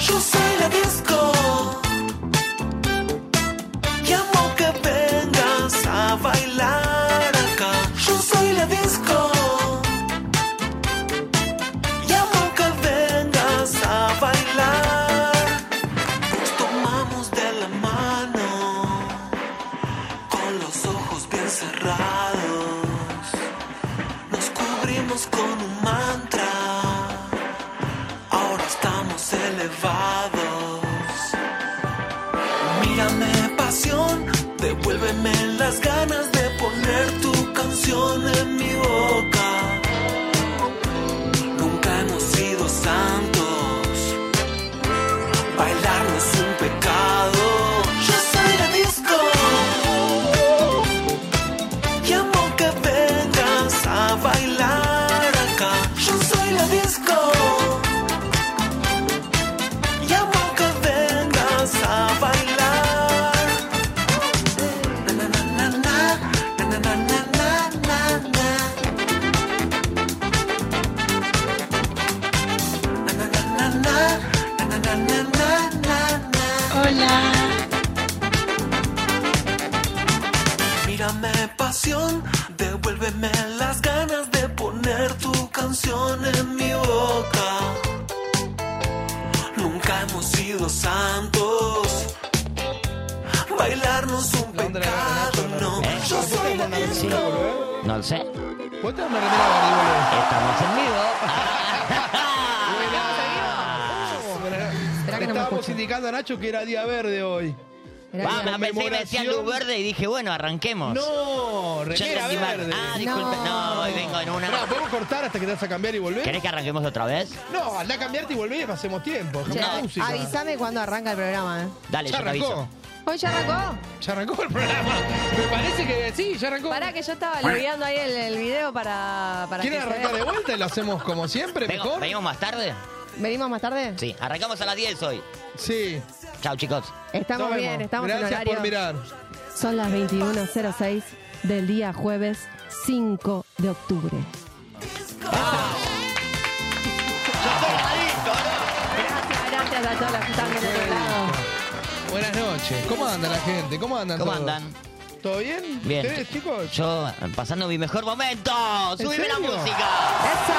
Yo soy la disco. Llamo que vengas a bailar acá. Yo soy la disco. Llamo que vengas a bailar. Nos tomamos de la mano. Con los ojos bien cerrados. Nos cubrimos con un mantra. Ahora estamos elevados. Mírame, pasión, devuélveme las ganas de poner tu canción en mi boca. Nunca hemos sido santos. Bailar no es un pecado. Yo soy la disco. Llamo que vengas a bailar acá. Yo soy la disco. Llamo que vengas a bailar. Na, na, na, na, na, na, na, na, na, na. Na, na, na, na, na, na, na, na, na, na. Mírame pasión, devuélveme las ganas de poner tu canción en mi boca. Nunca hemos sido santos. Bailarnos un pecado, no. Yo soy la Sí. disco. No lo sé. Ponte una remera Baribolo. Estamos en vivo. Le ¿Será que no me estábamos escucha? indicando a Nacho que era día verde hoy. Era Vamos, bien. pensé que me decía luz verde y dije, bueno, arranquemos. No, Yo remera entendí mal. verde. Ah, disculpe. No. No. hoy vengo en una. Pará, ¿Podemos cortar hasta que te vas a cambiar y volver? ¿Querés que arranquemos otra vez? No, anda a cambiarte y volver y pasemos tiempo. Che, Cambiá música. avísame cuando arranca el programa. ¿eh? Dale, Ya yo te arrancó. aviso. Hoy ya arrancó. Ya arrancó el programa. Me parece que sí, ya arrancó. Pará que yo estaba logueando ahí el, el video para, para ¿Quieren que se arrancar de vuelta y lo hacemos como siempre? Vengo- ¿Mejor? ¿Venimos más tarde? vea. ¿Venimos más tarde? Sí, arrancamos a las 10 hoy. Sí. Chao, chicos. Estamos nos bien, vemos. estamos Gracias en horario. por mirar. Son las 21.06 del día jueves 5 de octubre. Ah. Gracias, gracias a todos los que están del otro lado. Buenas noches. ¿Cómo anda la gente? ¿Cómo andan ¿Cómo todos? andan? ¿Todo bien? Bien. ¿Ustedes, chicos? Yo eh, pasando mi mejor momento. ¿En ¡Subime la serio? música! ¡Eso!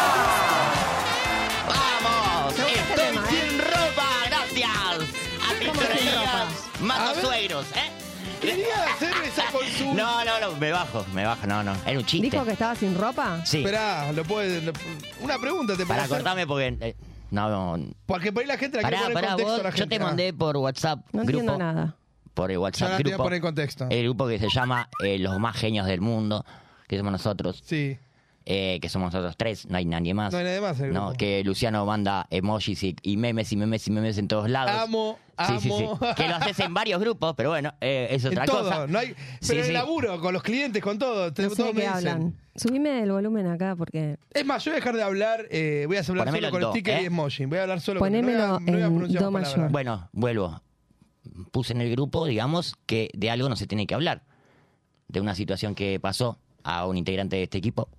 ¡Vamos! Me gusta este ¡Estoy tema, ¿eh? sin ropa! ¡Gracias! A ¿Cómo que sin ropa? A Más ver. suegros, ¿eh? Quería hacer esa consulta. No, no, no, me bajo, me bajo, no, no. Era un chiste. ¿Dijo que estaba sin ropa? Sí, Esperá, lo puede. lo- una pregunta te puedo para hacer. cortarme porque... eh, no, no. Porque por ahí la gente la Pará, quiere poner pará, contexto vos, a la yo gente. te mandé por WhatsApp No grupo. entiendo nada. Por el Ah, WhatsApp ahora te voy a grupo. poner contexto. El grupo que se llama eh, Los Más Genios del Mundo, que somos nosotros, Sí. eh, que somos nosotros tres, no hay nadie más. No hay nadie más en el No, grupo. que Luciano manda emojis y, y memes y memes y memes en todos lados. Amo, Sí, sí, sí. amo. Que lo haces en varios grupos, pero bueno, eh, es otra en todo, cosa. no hay. Pero Sí, en el sí. laburo, con los clientes, con todo. te- No sé todos de me qué dicen. hablan. Subime el volumen acá porque Es más, yo voy a dejar de hablar, eh, voy a hablar Ponémelo solo con en do, sticker ¿eh? y emoji. Voy a hablar solo con- Ponémelo no voy a- no voy a en pronunciar do más palabras. mayor. Bueno, vuelvo. Puse en el grupo, digamos, que de algo no se tiene que hablar. De una situación que pasó a un integrante de este equipo.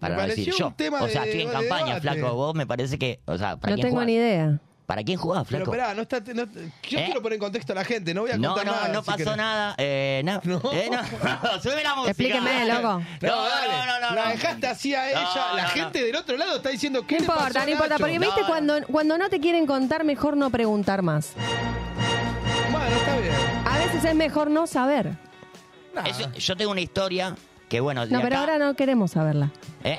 Para Me no decir pareció yo. un tema o sea, de- estoy en de campaña, debate. flaco. Vos me parece que. O sea, ¿para no quién tengo jugás? ni idea. ¿Para quién jugás, Pero flaco? esperá, no está. no- yo ¿Eh? quiero poner en contexto a la gente, no voy a no, contar no, nada. no si pasó querés. nada. Eh, no. No. Eh, no. Sube la música. Explíqueme, loco. No, No, no, dale. no, no, no. La dejaste así a ella. No, la no, gente del otro lado está diciendo que. No importa, no importa, porque No, viste no. cuando, cuando no te quieren contar, mejor no preguntar más. Bueno, está bien. A veces es mejor no saber. Nada. Eso- yo tengo una historia Que bueno, de No, pero acá- ahora no queremos saberla. ¿Eh?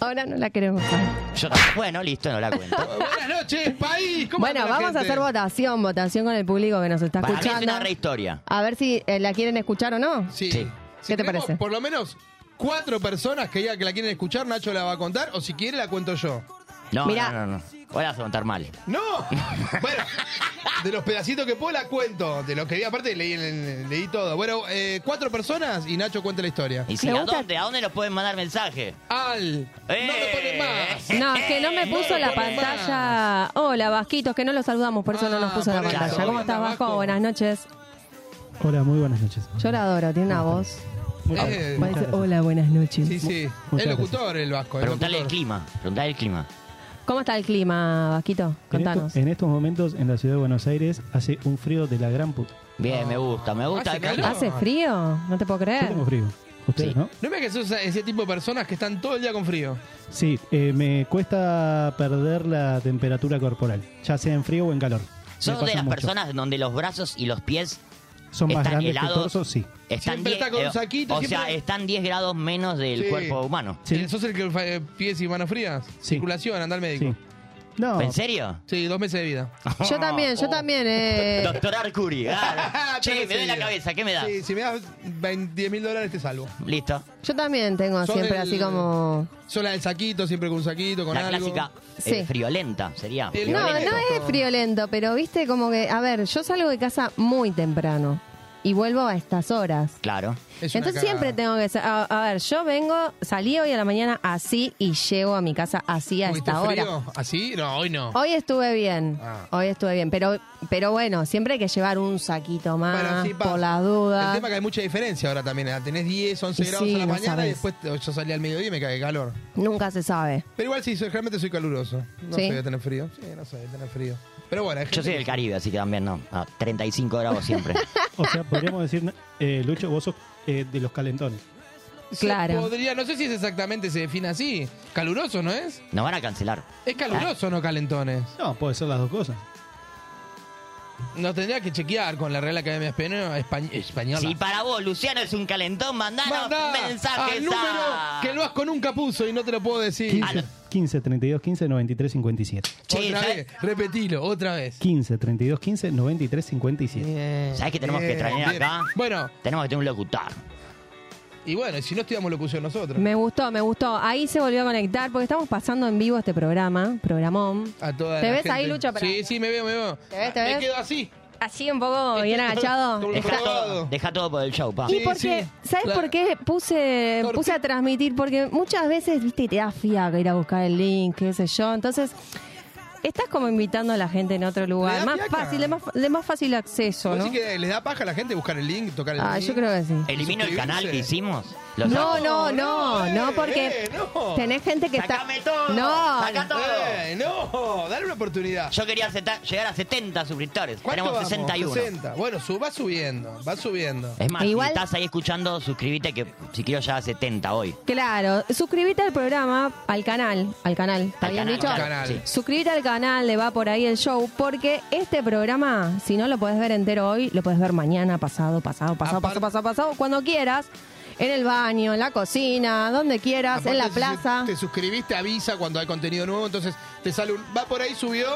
Ahora no la queremos saber. Yo- bueno, listo, no la cuento. Buenas noches, país. ¿Cómo Bueno, anda la vamos a gente? hacer votación, votación con el público que nos está Para mí es escuchando. una rehistoria. A ver si eh, la quieren escuchar o no. Sí. Sí. Si ¿Qué te tenemos parece? Por lo menos cuatro personas que digan que la quieren escuchar, Nacho la va a contar, o si quiere la cuento yo. No, Mirá. no, no, no. Ahora vas a contar mal. ¡No! bueno, de los pedacitos que puedo la cuento. De los que vi, aparte leí, en- leí todo. Bueno, eh, cuatro personas y Nacho cuenta la historia. Y si, Me ¿a gusta- dónde? ¿A dónde nos pueden mandar mensaje? Al. No me Eh. ponen más. No, es que no me puso la pantalla. Hola, Vasquitos, que no lo saludamos, por eso no nos Ah, puso la por eso. pantalla. ¿Cómo estás, Hola, Vasco? Vasco. Buenas noches. Hola, muy buenas noches. Yo la adoro, tiene una voz. Eh, Parece, hola, buenas noches. sí, sí. Muchas El locutor, el Vasco. el Preguntarle el locutor. clima. Preguntarle el clima. ¿Cómo está el clima, Vasquito? En, Contanos. esto- en estos momentos en la ciudad de Buenos Aires hace un frío de la gran puta. Bien, me gusta, me gusta. ¿Hace me gusta. calor? ¿Hace frío? No te puedo Yo creer. tengo frío. ¿Ustedes Sí. no? No me que sos ese tipo de personas que están todo el día con frío. Sí, eh, me cuesta perder la temperatura corporal, ya sea en frío o en calor. Me Sos de pasa las mucho. personas donde los brazos y los pies son más están grandes que el helados. torso, sí. están Siempre 10 está con un eh, saquito, O siempre- sea, están 10 grados menos del Sí. cuerpo humano. Sí. ¿Sos el que eh, pies y manos frías? Sí. Circulación, anda al sí. médico. No, ¿En serio? Sí. dos meses de vida. Yo también, Oh. yo también. eh. Doctor Arcuri. ah, Tres che, meses me duele de la vida. cabeza, ¿qué me da? Sí, si me das 10 mil dólares te salvo. Listo. Yo también tengo Sos siempre del- así como... Son las del saquito, siempre con un saquito, con La algo. clásica eh, Sí. friolenta sería. El- No, friolenta. no es friolento, pero viste como que... A ver, yo salgo de casa muy temprano y vuelvo a estas horas. Claro. Es una Entonces cagada. siempre tengo que... sa- A, a ver, yo vengo, salí hoy a la mañana así y llego a mi casa así a ¿Tuviste esta hora. frío? ¿Así? No, hoy no. Hoy estuve bien, Ah. hoy estuve bien, pero pero bueno, siempre hay que llevar un saquito más Bueno, sí, Ah, pasa. por las El dudas. tema es que hay mucha diferencia ahora también. ¿eh? Tenés 10, 11 Y grados sí, a la no mañana y sabés. después te- yo salí al mediodía y me cae calor. Nunca se sabe. Pero igual sí, soy- realmente soy caluroso. No Sí. soy de tener frío. Sí, no soy de tener frío. Pero bueno, hay Yo gente soy que- del Caribe, así que también no. A 35 grados siempre. o sea, podríamos decir, eh, Lucho, vos sos eh, de los calentones. Se Claro. Podría, no sé si es exactamente se define así. Caluroso, ¿no es? Nos van a cancelar. Es caluroso, no calentones. No, puede ser las dos cosas. Nos tendría que chequear con la Real Academia Española. española. Si para vos Luciano es un calentón, mandanos Mandá mensajes al número a... que el Vasco nunca puso y no te lo puedo decir. 15, 15 32 15 93 57. Che, otra ¿sabes? vez, repetilo, otra vez. 15 32 15 93 57. ¿Sabés que tenemos que Bien, traer bien. acá? Bueno, Tenemos que tener un locutor. y bueno, y si no estudiamos locución nosotros. Me gustó, me gustó. Ahí se volvió a conectar porque estamos pasando en vivo este programa, programón. A toda ¿Te la ves gente. ahí, Lucho? Pará. Sí, sí, me veo, me veo. ¿Te ves, te me ves? quedo así. Así un poco bien Estoy todo- agachado. todo- Deja todo, Probado. deja todo por el show, pa. Y Sí, porque, sí. ¿sabes Claro. por qué puse, ¿Por puse qué? a transmitir? Porque muchas veces, viste, te da fiaca ir a buscar el link, qué sé yo. Entonces, estás como invitando a la gente en otro ¿Le lugar. da Más fiaca? fácil, de más, de más fácil acceso, ¿Vos ¿no? decís que le da paja a la gente buscar el link, tocar el Ah, link? yo creo que sí. Elimino el canal que hicimos. Lo No, saco. no, no, eh, no, porque eh, no. tenés gente que está. Sacame todo. No, Sacá todo. Eh, no, dale una oportunidad. Yo quería aceptar- llegar a 70 suscriptores. ¿Cuánto Tenemos vamos? 61. 60. Bueno, su- va subiendo, va subiendo. Es más, Igual- si estás ahí escuchando, suscríbete que si quiero ya a 70 hoy. Claro, suscríbete al programa, al canal, al canal, ¿está Al bien canal, dicho? claro, Canal. sí. Suscríbete al canal de Va Por Ahí el Show, porque este programa, si no lo podés ver entero hoy, lo podés ver mañana, pasado, pasado, pasado, Aparte- pasado, pasado, pasado, cuando quieras, en el baño, en la cocina, donde quieras, en la Aparte, si plaza. Te suscribiste, avisa cuando hay contenido nuevo, entonces te sale un... Va por ahí, subió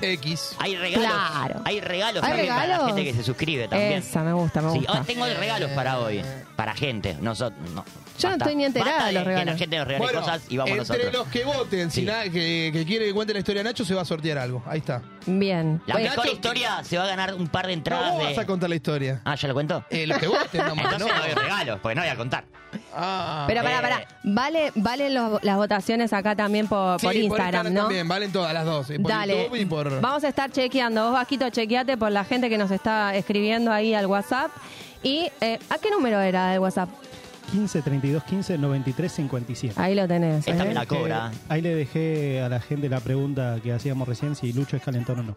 X. Hay regalos. Claro. Hay regalos ¿Hay también para la regalos? gente que se suscribe también. Esa, me gusta, me Sí, ah, eh, gusta. hoy tengo regalos para hoy. Para gente. Nosotros, no, Yo no Basta. estoy ni enterada Basta de los Que regalos. la gente nos regale Bueno, cosas y vamos entre nosotros. los que voten, si Sí. nada, que, que quiere que cuente la historia de Nacho, se va a sortear algo. Ahí está. Bien. La Bueno, mejor Nacho- historia se va a ganar un par de No, entradas vos vas a de. contar la historia. Ah, ¿ya lo cuento? Eh, los que voten nomás, Entonces no. no doy regalos, porque no voy a contar. Ah. pero pará, eh. pará, vale, valen los- las votaciones acá también por, Sí, por Instagram, ¿no? También, valen todas las dos. eh, Por Dale, YouTube y por... vamos a estar chequeando. Vos, Vasquito, chequeate por la gente que nos está escribiendo ahí al WhatsApp. ¿Y eh, a qué número era el WhatsApp? 15 32 15 93 57. Ahí lo tenés. Esta ¿eh? me la cobra. Eh, ahí le dejé a la gente la pregunta que hacíamos recién si Lucho es calentón o no.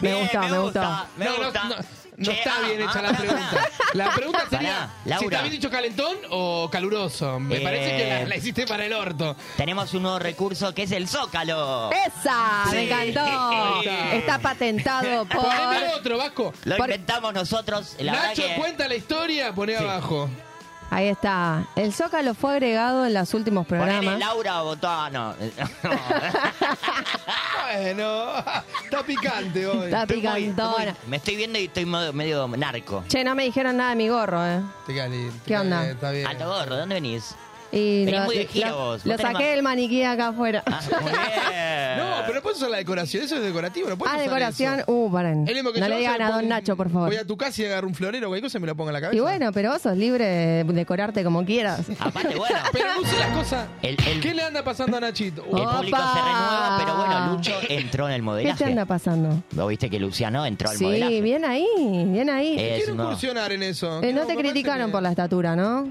Me Bien, gustó, me gustó. Me no, no, gusta. no, no Che, está ah, bien hecha ah, la pará, pregunta. pará. La pregunta sería Pará, si Laura. está bien dicho calentón o caluroso. Me parece que la, Eh. la hiciste para el orto. ah. Tenemos un nuevo recurso que es el Zócalo. Eh, ¡Esa! ¡Me encantó! Sí. Está patentado por. Poneme otro, Vasco. Lo Por- inventamos nosotros. La verdad Nacho que- cuenta la historia, poné abajo. Ahí está. El Zócalo fue agregado en los últimos Ponele programas. Laura ah, Botano. Ah, Bueno, está picante hoy. Está Estoy muy- picantona. estoy muy- Me estoy viendo y estoy medio, medio narco. Che, no me dijeron nada de mi gorro, ¿eh? Te queda lindo, te ¿Qué onda? queda bien, Está bien. Alto gorro, ¿de dónde venís? Y Venís lo, muy de gira lo- vos. lo Vos tenés saqué más- del maniquí acá afuera. Ah, muy bien. No, pero no puedes usar la decoración, eso es decorativo. No puedes Ah, usar decoración. eso. Uh, paren. Es lo mismo que No yo, le o sea, digan a voy- don Nacho, por favor. Voy a tu casa y agarro un florero o cualquier cosa y me lo pongo en la cabeza. Y bueno, pero vos sos libre de decorarte como quieras. Aparte, bueno. Pero no use las cosas. El- el- ¿Qué le anda pasando a Nachito? El público se renueva, pero bueno, Opa. Lucho entró en ¿Qué el te modelaje. anda pasando? ¿Vos viste que Luciano entró al Sí, modelaje? bien ahí, bien ahí. Eh, Quiero es, no. incursionar en eso. Eh, no Quiero- te me parece criticaron que- por la estatura, ¿no?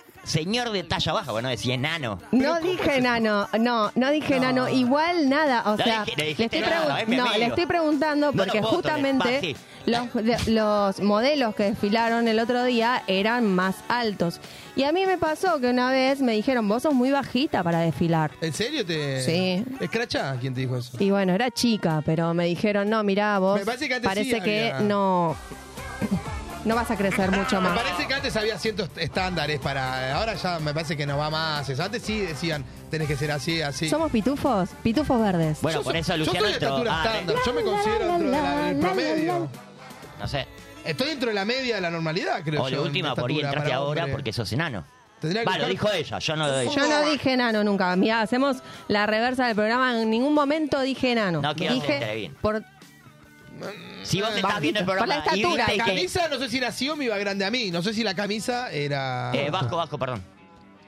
señor de talla baja, bueno, decía enano. No dije enano, no, no dije enano, igual nada, o No sea, dije- le le, dijiste estoy nada, pregun- es mi no, amigo. le estoy preguntando No lo porque puedo justamente tolerar, los, de- los modelos que desfilaron el otro día eran más altos. Y a mí me pasó que una vez me dijeron, vos sos muy bajita para desfilar. ¿En serio te.? Sí. Escrachá, ¿quién te dijo eso? Y bueno, era chica, pero me dijeron, no, mirá, vos Me parece que antes parece sí que había- no, no vas a crecer mucho Me más. parece que antes había ciertos estándares para. Ahora ya me parece que no va más. eso. Antes sí decían, tenés que ser así, así. ¿Somos pitufos? Pitufos verdes. Bueno, Yo por so- eso Yo Luciano estoy de entró. estatura Ah, estándar. Yo me La, la, considero la, dentro de la, la- del la, la, promedio. de- no sé. Estoy dentro de la media de la normalidad, creo O yo. la en última, por ahí estatura entraste para ahora hombre. porque sos enano. Tendría que Va, lo buscar- dijo ella, yo no lo dije. Yo no dije enano nunca. Mirá, hacemos la reversa del programa. En ningún momento dije enano. No quiero dije hacerte bien. por Si vos estás viendo el Por la programa y estatura, viste La que... camisa, no sé si nació, me iba grande a mí. No sé si la camisa era. Eh, Vasco, Vasco, perdón.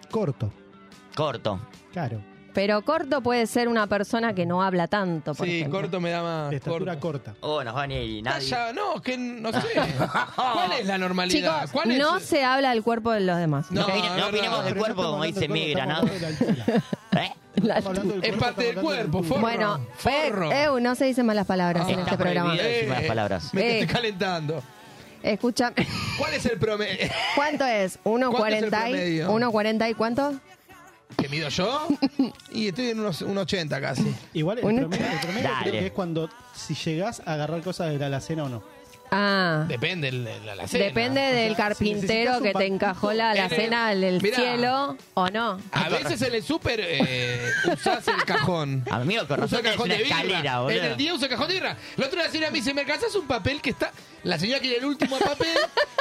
Corto, Corto. claro. Pero corto puede ser una persona que no habla tanto, por sí, ejemplo. corto me da más. De estatura Ah, corto. corta. Oh, nos van y nadie... Talla, Pues no, es que no sé. ¿Cuál es la normalidad? Chicos, ¿Cuál es? no se habla del cuerpo de los demás. No, No, opine- no no, opinemos no. del Pero cuerpo, no como estamos dice mi granado. hablando de todo, estamos hablando de la altura. ¿Eh? La- Estamos hablando del Es cuerpo, parte del estamos hablando cuerpo, altura. forro. bueno, Fer, forro. Eu, no se dicen malas palabras Ah. en Está este programa. prohibido. Decime las palabras. Me Eh. estoy calentando. Escucha, ¿Cuál es el promedio? ¿cuánto es? ¿1.40 ¿Cuánto es el y promedio? 1.40 y cuánto? ¿Que mido yo? Y estoy en unos, un 80 casi. Igual el Bueno. promedio, el promedio Dale. creo que es cuando si llegás a agarrar cosas de la alacena o no. Ah, Depende la, la cena. depende del O sea, si carpintero necesitas un que te banquito encajó la en el- alacena del Eh, Mirá. cielo o no. A veces en el súper eh, usás el cajón. Amigo, con Usa razón es cajón una de birra. escalera, En boludo. el día usa cajón de birra. La otra señora me dice, ¿me alcanzás un papel que está...? La señora quiere el último papel.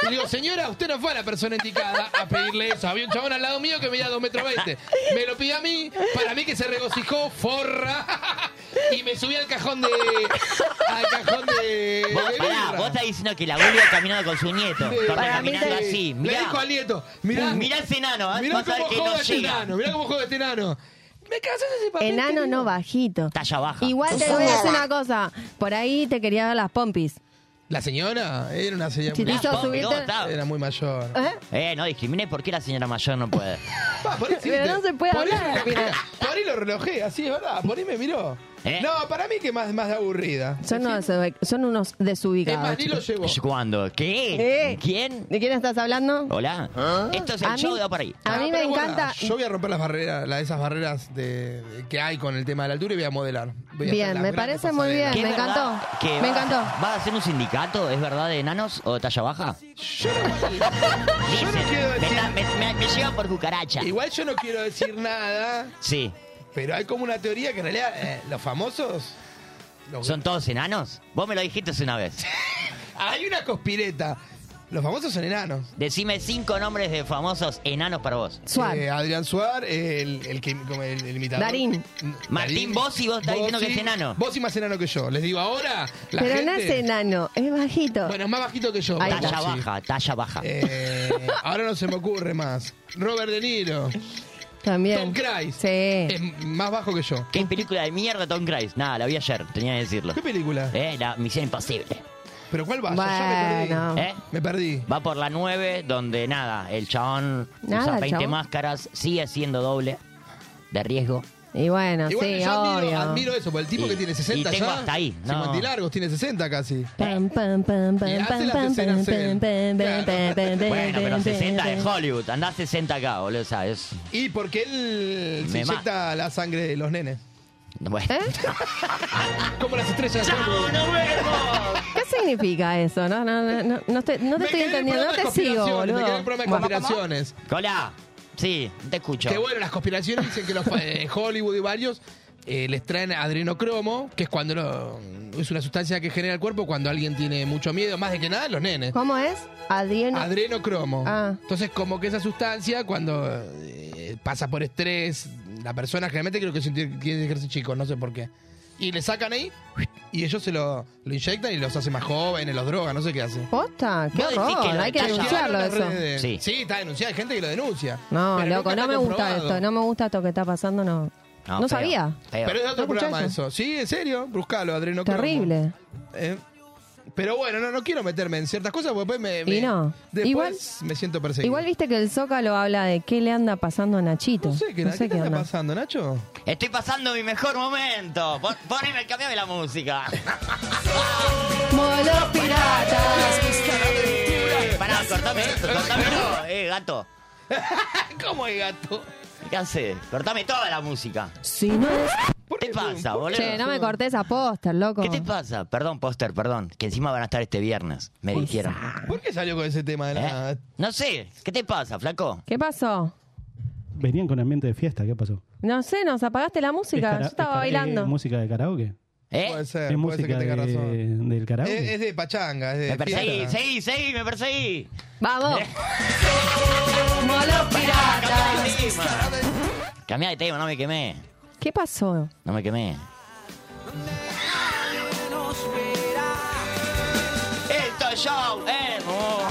Y le digo, señora, usted no fue a la persona indicada a pedirle eso. Había un chabón al lado mío que medía 2 metros 20. Me lo pidió a mí, para mí que se regocijó, forra. Y me subí al cajón de... Al cajón de... Vos, de pará, birra. vos estás diciendo que la Bulbia caminando con su nieto. Sí. Torta Para mí caminando te- así. Le Mirá, dijo al nieto, mirá, mirá ese enano, ¿eh? mirá vas a ver cómo que no juega este llega. enano, mirá cómo juega este enano. ¿Me casas ese papel? Enano querido? no bajito. Talla baja. Igual te voy a decir una cosa. Por ahí te quería ver las pompis. La señora era una señora... Si te Mirá, hizo Pompi, subirte- ¿cómo está? Era muy mayor. ¿Eh? Eh, no discrimine por qué la señora mayor no puede. Pa, por ahí sí Pero te- no se puede por ahí hablar, mira. lo relojea, Por ahí lo relojé, así es verdad. Por ahí me miró. ¿Eh? No, para mí que más, más de aburrida. Son unos, eh, son unos Es más, desubicados. ni lo llevo. ¿Cuándo? ¿Qué? Eh. ¿Quién? ¿De quién estás hablando? Hola. ¿Ah? Esto es el A mí- show de por ahí. A mí me pero guarda, encanta- yo voy a romper las barreras, la, esas barreras de, de- que hay con el tema de la altura y voy a modelar. Voy Bien, a hacer las me grandes parece muy bien. pasarelas. ¿Qué es me verdad encantó. que Me vas a- encantó. ¿Vas a hacer un sindicato? ¿Es verdad de enanos o talla baja? Yo no, yo no Dicen, quiero me, decir. ta- me- me- me llevan por cucaracha. Igual yo no quiero decir nada, Sí. pero hay como una teoría que en realidad eh, los famosos. los- ¿Son todos enanos? Vos me lo dijiste hace una vez. hay una cospireta. Los famosos son enanos. Decime cinco nombres de famosos enanos para vos. Suar. Eh, Adrián Suar, eh, el, el que como el, el imitador. Darín. Martín Bossi, vos estás diciendo que es enano. Bossi más enano que yo. Les digo ahora. La Pero no gente- es enano, es bajito. Bueno, es más bajito que yo. Ahí Bossi. Talla baja, talla baja. Eh, ahora no se me ocurre más. Robert De Niro. También. Tom Cruise. Eh, Es Sí. más bajo que yo. ¿Qué película de mierda Tom Cruise? Nada, la vi ayer, tenía que decirlo. ¿Qué película? Eh, la Misión Imposible. ¿Pero cuál vas? Bueno. ¿Eh? me perdí. Va por la 9, donde nada, el chabón Nada, usa el 20 chabón. máscaras, sigue siendo doble de riesgo. Y bueno, Igual sí, yo admiro, obvio. admiro eso, porque el tipo Y- que tiene 60 y tengo ya, hasta ahí, no. 50 y largos, tiene 60 casi. Pam, pam, pam, pam, Y hace pam, las pam, escenas pam, él. pam, pam, Claro. pam, pam, pam, Bueno, pero pam, 60 de pam. Hollywood. Andá 60 acá, boludo. O sea, es. Y porque él se Me ma- inyecta la sangre de los nenes. Bueno. ¿Eh? Como las estrellas de Hollywood. nos vemos! ¿Qué significa eso? No, no, no, no, no estoy- no te Me estoy quedé en el entendiendo, no programa de te sigo, conspiraciones, boludo. Me quedé en el programa de Bueno. conspiraciones. Hola. Sí, te escucho. Que bueno, las conspiraciones dicen que los, en Hollywood y varios eh, les traen adrenocromo, que es cuando lo- es una sustancia que genera el cuerpo cuando alguien tiene mucho miedo, más de que nada los nenes. ¿Cómo es? Adriano. Adrenocromo. Ah. Entonces, como que esa sustancia, cuando eh, pasa por estrés, la persona generalmente creo que se tiene tiene que ser chico, no sé por qué. Y le sacan ahí y ellos se lo, lo inyectan y los hace más jóvenes, los drogan, no sé qué hace. Posta, qué Vos decís horror, que lo hay que denunciaron denunciarlo Las eso. redes de- Sí. Sí. está denunciado, hay gente que lo denuncia. No, Pero loco, nunca no está me gusta comprobado. esto, no me gusta esto que está pasando, no. No, feo, sabía. feo. Pero es de otro ¿No programa escuchás eso. Sí, en serio, bruscalo, adrenocromo. Terrible. Eh, Pero bueno, no, no quiero meterme en ciertas cosas porque después me, me- Y no. después Igual- me siento perseguido. Igual viste que el Zócalo habla de qué le anda pasando a Nachito. no sé qué, ¿qué te está pasando, Nacho. Estoy pasando mi mejor momento. Pon- Poneme, cambiame la música. Molos piratas. Pará, cortame esto, cortame todo. Eh, gato. ¿Cómo hay gato? Me cansé. Cortame toda la música. Si no es... ¿Por ¿Qué te pasa, boludo? Che, no me cortes a póster, loco. ¿Qué te pasa? Perdón, póster, perdón. Que encima van a estar este viernes. Me dijeron. ¿Por qué salió con ese tema de la... ¿Eh? No sé. ¿Qué te pasa, flaco? ¿Qué pasó? Venían con ambiente de fiesta, ¿qué pasó? No sé, nos apagaste la música. ¿Es cara- Yo estaba es cara- bailando. ¿Es música de karaoke? Puede ser, puede ¿Eh? ¿Es ser que música tenga de- razón. del Es, karaoke? es de pachanga, es de Me ¿eh? perseguí, fiesta. seguí, seguí, me perseguí. Vamos. Eh. Molos Cambiá piratas. de tema. Cambiá de tema, no me quemé. ¿Qué pasó? No me quemé. Esto es show, eh.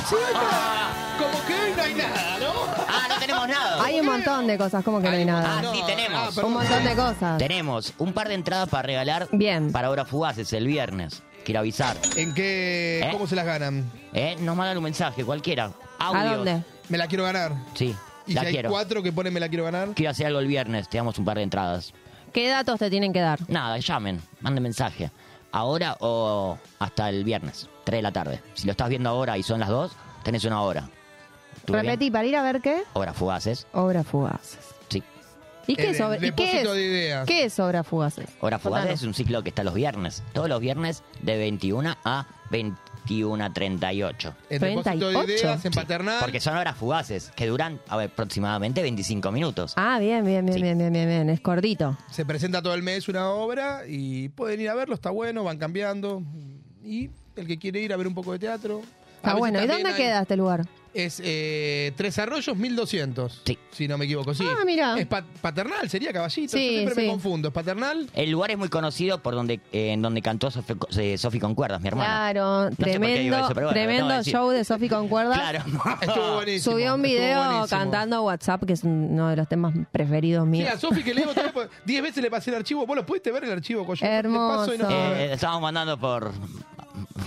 Sí, está. Como que hoy no hay nada, ¿no? Ah, no tenemos nada. Hay un montón de cosas, como que no hay Ah, nada? sí, tenemos. ah, perdón. Un montón de cosas. Tenemos un par de entradas para regalar Bien. para Horas Fugaces el viernes. Quiero avisar. ¿En qué... ¿Eh? ¿Cómo se las ganan? ¿Eh? Nos mandan un mensaje, cualquiera. Audios. ¿A dónde? Me la quiero ganar. Sí, Y la si hay quiero. cuatro que ponen me la quiero ganar... Quiero hacer algo el viernes. Te damos un par de entradas. ¿Qué datos te tienen que dar? Nada, llamen, manden mensaje. Ahora o hasta el viernes, 3 de la tarde. Si lo estás viendo ahora y son las 2, tenés una hora. ¿Estuve bien? Repetí, para ir a ver qué? Horas fugaces, Obras fugaces. sí. ¿Y qué El es, obra- y qué Eh, depósito es- de ideas. ¿Qué es obras fugaces? Horas fugaces Contanos. es un ciclo que está los viernes. Todos los viernes de 21 a 21.38. El depósito de 38. ideas en Sí, paternal. Porque son horas fugaces que duran a ver, aproximadamente 25 minutos. Ah, bien, bien, bien, Sí. bien, bien, bien, bien. Es cortito. Se presenta todo el mes una obra y pueden ir a verlo, está bueno, van cambiando. Y el que quiere ir a ver un poco de teatro. A Está veces Ah, bueno. ¿Y también dónde hay- queda este lugar? Es eh, Tres Arroyos 1200. Sí. Si no me equivoco, sí. Ah, mirá. Es pa- paternal, sería caballito. Sí, Yo siempre sí. me confundo. ¿Es paternal? El lugar es muy conocido por donde eh, en donde cantó Sofi eh, Sofi con cuerdas, mi hermana. Claro, No sé por qué digo tremendo, eso, pero bueno, lo tengo tremendo que show de Sofi con cuerdas. Claro. Estuvo buenísimo. Ah. Subió un estuvo video buenísimo. cantando WhatsApp, que es uno de los temas preferidos Sí, míos. a Sofi que le digo todo- diez veces le pasé el archivo. Vos lo pudiste ver el archivo, Coyo. Te paso y no- Eh, estábamos mandando por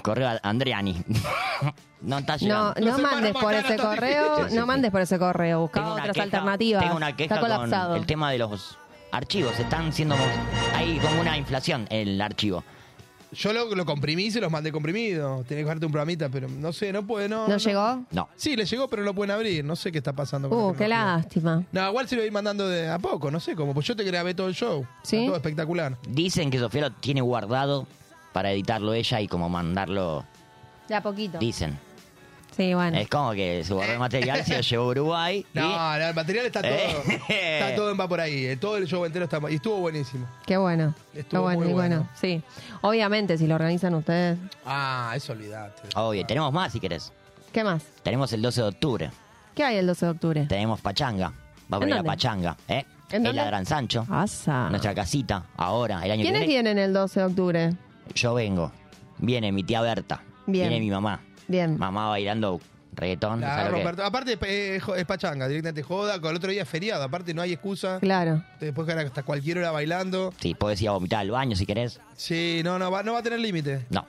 correo a Andriani. no está No, llegando. no Los hermanos mandes por Macarena ese están correo, difíciles. no mandes por ese correo, busca Tengo una otras queja- alternativas. Tengo una queja Está colapsado. con el tema de los archivos. Están siendo... Hay como una inflación en el archivo. Yo lo, lo comprimí, se los mandé comprimido. Tenés que bajarte un programita, pero no sé, no puede, no. ¿No llegó? No. Sí, le llegó, pero no lo pueden abrir. No sé qué está pasando. con la Uh, qué tecnología. lástima. No, igual se lo voy mandando de a poco, no sé cómo. Pues yo te grabé todo el show. ¿Sí? Está Todo espectacular. Dicen que Sofía lo tiene guardado para editarlo ella y como mandarlo... De a poquito. Dicen. Sí, bueno. Es como que su guardó el material se lo llevó a Uruguay. y- No, no, el material está todo. Eh. Está todo en va por ahí. eh, Todo el show entero está. Y estuvo buenísimo. Qué bueno. Qué Estuvo bueno, muy y bueno. bueno. Sí. Obviamente, si lo organizan ustedes. Ah, eso olvidate. Obvio, tenemos más si querés. ¿Qué más? Tenemos el 12 de octubre. ¿Qué hay el 12 de octubre? Tenemos Pachanga. Va a ¿En venir la dónde? Pachanga. ¿eh? ¿En la dónde? Ah. Gran Sancho. Asa. Nuestra casita. Ahora, el año que ¿Quiénes viene. vienen el 12 de octubre? Yo vengo. Viene mi tía Berta. Bien. Viene mi mamá. Bien. Mamá bailando reggaetón. La ¿sabes lo que? Roberto- Aparte, eh, jo- es pachanga, directamente joda. Con el otro día es feriado. Aparte, no hay excusa. Claro. Después quedan hasta cualquier hora bailando. Sí, podés ir a vomitar al baño si querés. Sí, no, no va, no va a tener límite. No.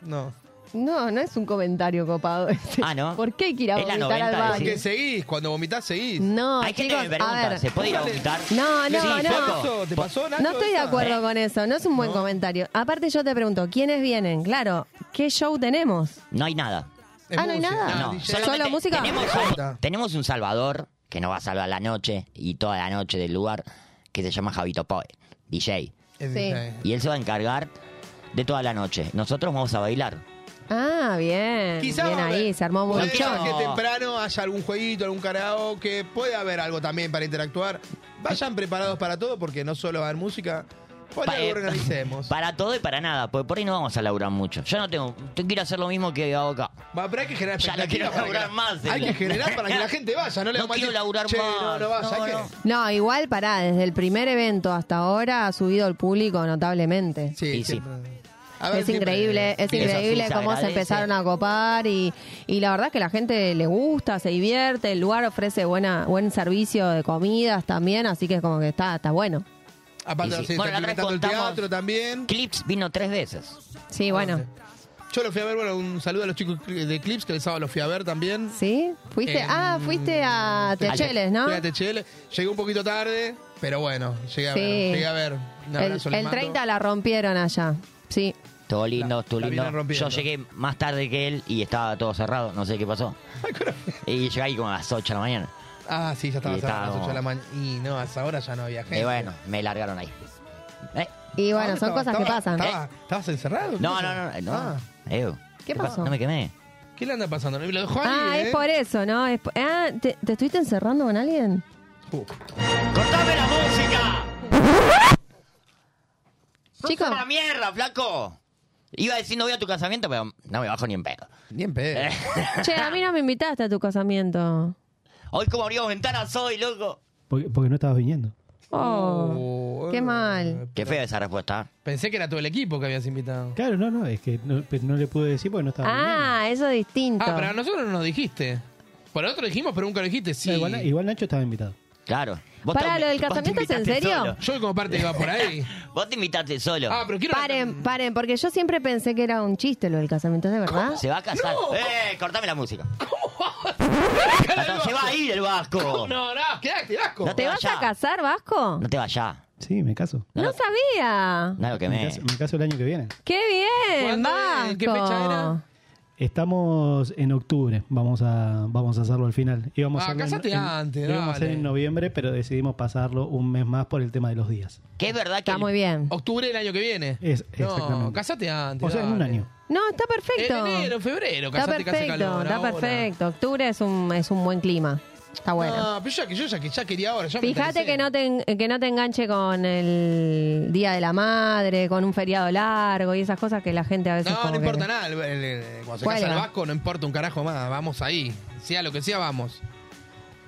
No. No, no es un comentario copado. ese. Ah, ¿no? ¿Por qué hay que ir a Es la vomitar al 90, baño? Porque seguís, cuando vomitas seguís. No, Hay gente chicos, que me a pregunta, ver. ¿se puede ir a vomitar? No, no, Sí, no. Flaco, ¿Te pasó, Nacho, No estoy de esa? acuerdo con eso, no es un buen comentario. Aparte yo te pregunto, ¿quiénes vienen? Claro, ¿qué show tenemos? No hay nada. Es ah, no hay música, nada. no, No, DJ. solamente ¿Solo música? Tenemos, Basta. tenemos un salvador que nos va a salvar la noche y toda la noche del lugar, que se llama Javito Poe, DJ. Es Sí. DJ. Y él se va a encargar de toda la noche. Nosotros vamos a bailar. Ah, bien. Quizá bien va a haber- ahí, se armó un puede show. ser que temprano haya algún jueguito, algún karaoke, puede haber algo también para interactuar. Vayan preparados para todo porque no solo va a haber música, hoy Pa- eh, algo organicemos. Para todo y para nada, porque por ahí no vamos a laburar mucho. Yo no tengo, te quiero hacer lo mismo que hago acá. Va, pero hay que generar Ya no expectativa quiero para que laburar la- más, Hay eh. que generar para que la gente vaya, no le No vamos a quiero decir, laburar "Che, más". No, no vas, No, hay que- no. No, igual pará, desde el primer evento hasta ahora ha subido el público notablemente. Sí, Y sí. siempre. A ver, es siempre- increíble, es sí, increíble eso sí, se cómo se agradece. empezaron a copar y, y la verdad es que la gente le gusta, se divierte, el lugar ofrece buena, buen servicio de comidas también, así que como que está, está bueno. Aparte, Y sí. se está Bueno, la otra vez implementando el contamos- teatro también. Clips vino tres veces. Ah, Sí, bueno. Yo lo fui a ver, bueno, un saludo a los chicos de Clips, que el sábado los fui a ver también. ¿Sí? ¿Fuiste? Eh, ah, fuiste a Techeles, ¿no? Fui a THL. Llegué un poquito tarde, pero bueno, llegué a Sí. ver. Llegué a ver. El, Un abrazo, les el mando. 30 la rompieron allá. Sí. Todo lindo, todo la lindo. vienen rompiendo. Yo llegué más tarde que él y estaba todo cerrado, no sé qué pasó. y llegué ahí como a las 8 de la mañana. Ah, sí, ya estaba Y cerrado a las estábamos- 8 de la mañana. Y no, a esa hora ya no había gente. Y bueno, me largaron ahí. Eh, Y bueno, ¿Dónde son estabas? cosas que ¿Estabas- pasan. estabas- ¿Estabas encerrado? ¿Qué No, pasó? no, no, no. Ah, Ew, ¿Qué pa- pasó? No me quemé. ¿Qué le anda pasando? Lo dejó ahí, Ah, ¿eh? es por eso, ¿no? Es por- ah, ¿te, te estuviste encerrando con alguien? Uh, ¡Cortame la música! Chico, ¡Sos una mierda, flaco! Iba a decir no voy a tu casamiento, pero no me bajo ni en pedo. Ni en pedo. Eh, che, a mí no me invitaste a tu casamiento. Hoy como abrimos ventanas hoy, loco. Porque, porque no estabas viniendo. Oh, Oh, qué eh, mal. Qué fea esa respuesta. ¿eh? Pensé que era todo el equipo que habías invitado. Claro, no, no, es que no, pero no le pude decir porque no estaba Ah, eso es distinto. Ah, pero a nosotros no nos dijiste. Por el otro dijimos, pero nunca lo dijiste. Sí. viniendo. No, igual, igual Nacho estaba invitado. Claro. Pará, te- ¿lo del vos te casamiento es en invitaste serio? solo. Yo como parte que va por ahí. Vos te invitaste solo. Ah, pero quiero... Paren, paren, porque yo siempre pensé que era un chiste lo del casamiento, ¿es de verdad? Se va a casar. No. ¡Eh! Cortame la música. Cara del Hasta se va a ir el vasco. No, No, no, quedate, Vasco. No ¿Te vas a casar, Vasco? te vayas. Sí, me caso. No, sabía. No lo Me Eh. quemé. caso, me caso el año que viene. ¡Qué bien, ¿Cuándo es? Vasco! ¿En qué fecha era? Estamos en octubre, vamos a, vamos a hacerlo al final. Íbamos Ah, a hacerlo en- casate en- antes, lo íbamos a hacer dale. en noviembre, pero decidimos pasarlo un mes más por el tema de los días. Que es verdad que. Está muy bien. Octubre del año que viene. Es, No, exactamente. casate antes. o sea, en un dale. año. No, está En perfecto. enero, en febrero, Está casate, que hace perfecto, calor está ahora. perfecto. Octubre es un, es un buen clima. Está bueno. No, pero yo, ya- yo ya, ya quería ahora. ya me Fíjate interesé. que no, te, en- que no te enganche con el Día de la Madre, con un feriado largo y esas cosas que la gente a veces... No, como no que- importa nada. el- el- el- Cuando se casa Cuelga. el vasco, no importa un carajo más. Vamos ahí. Sea lo que sea, vamos.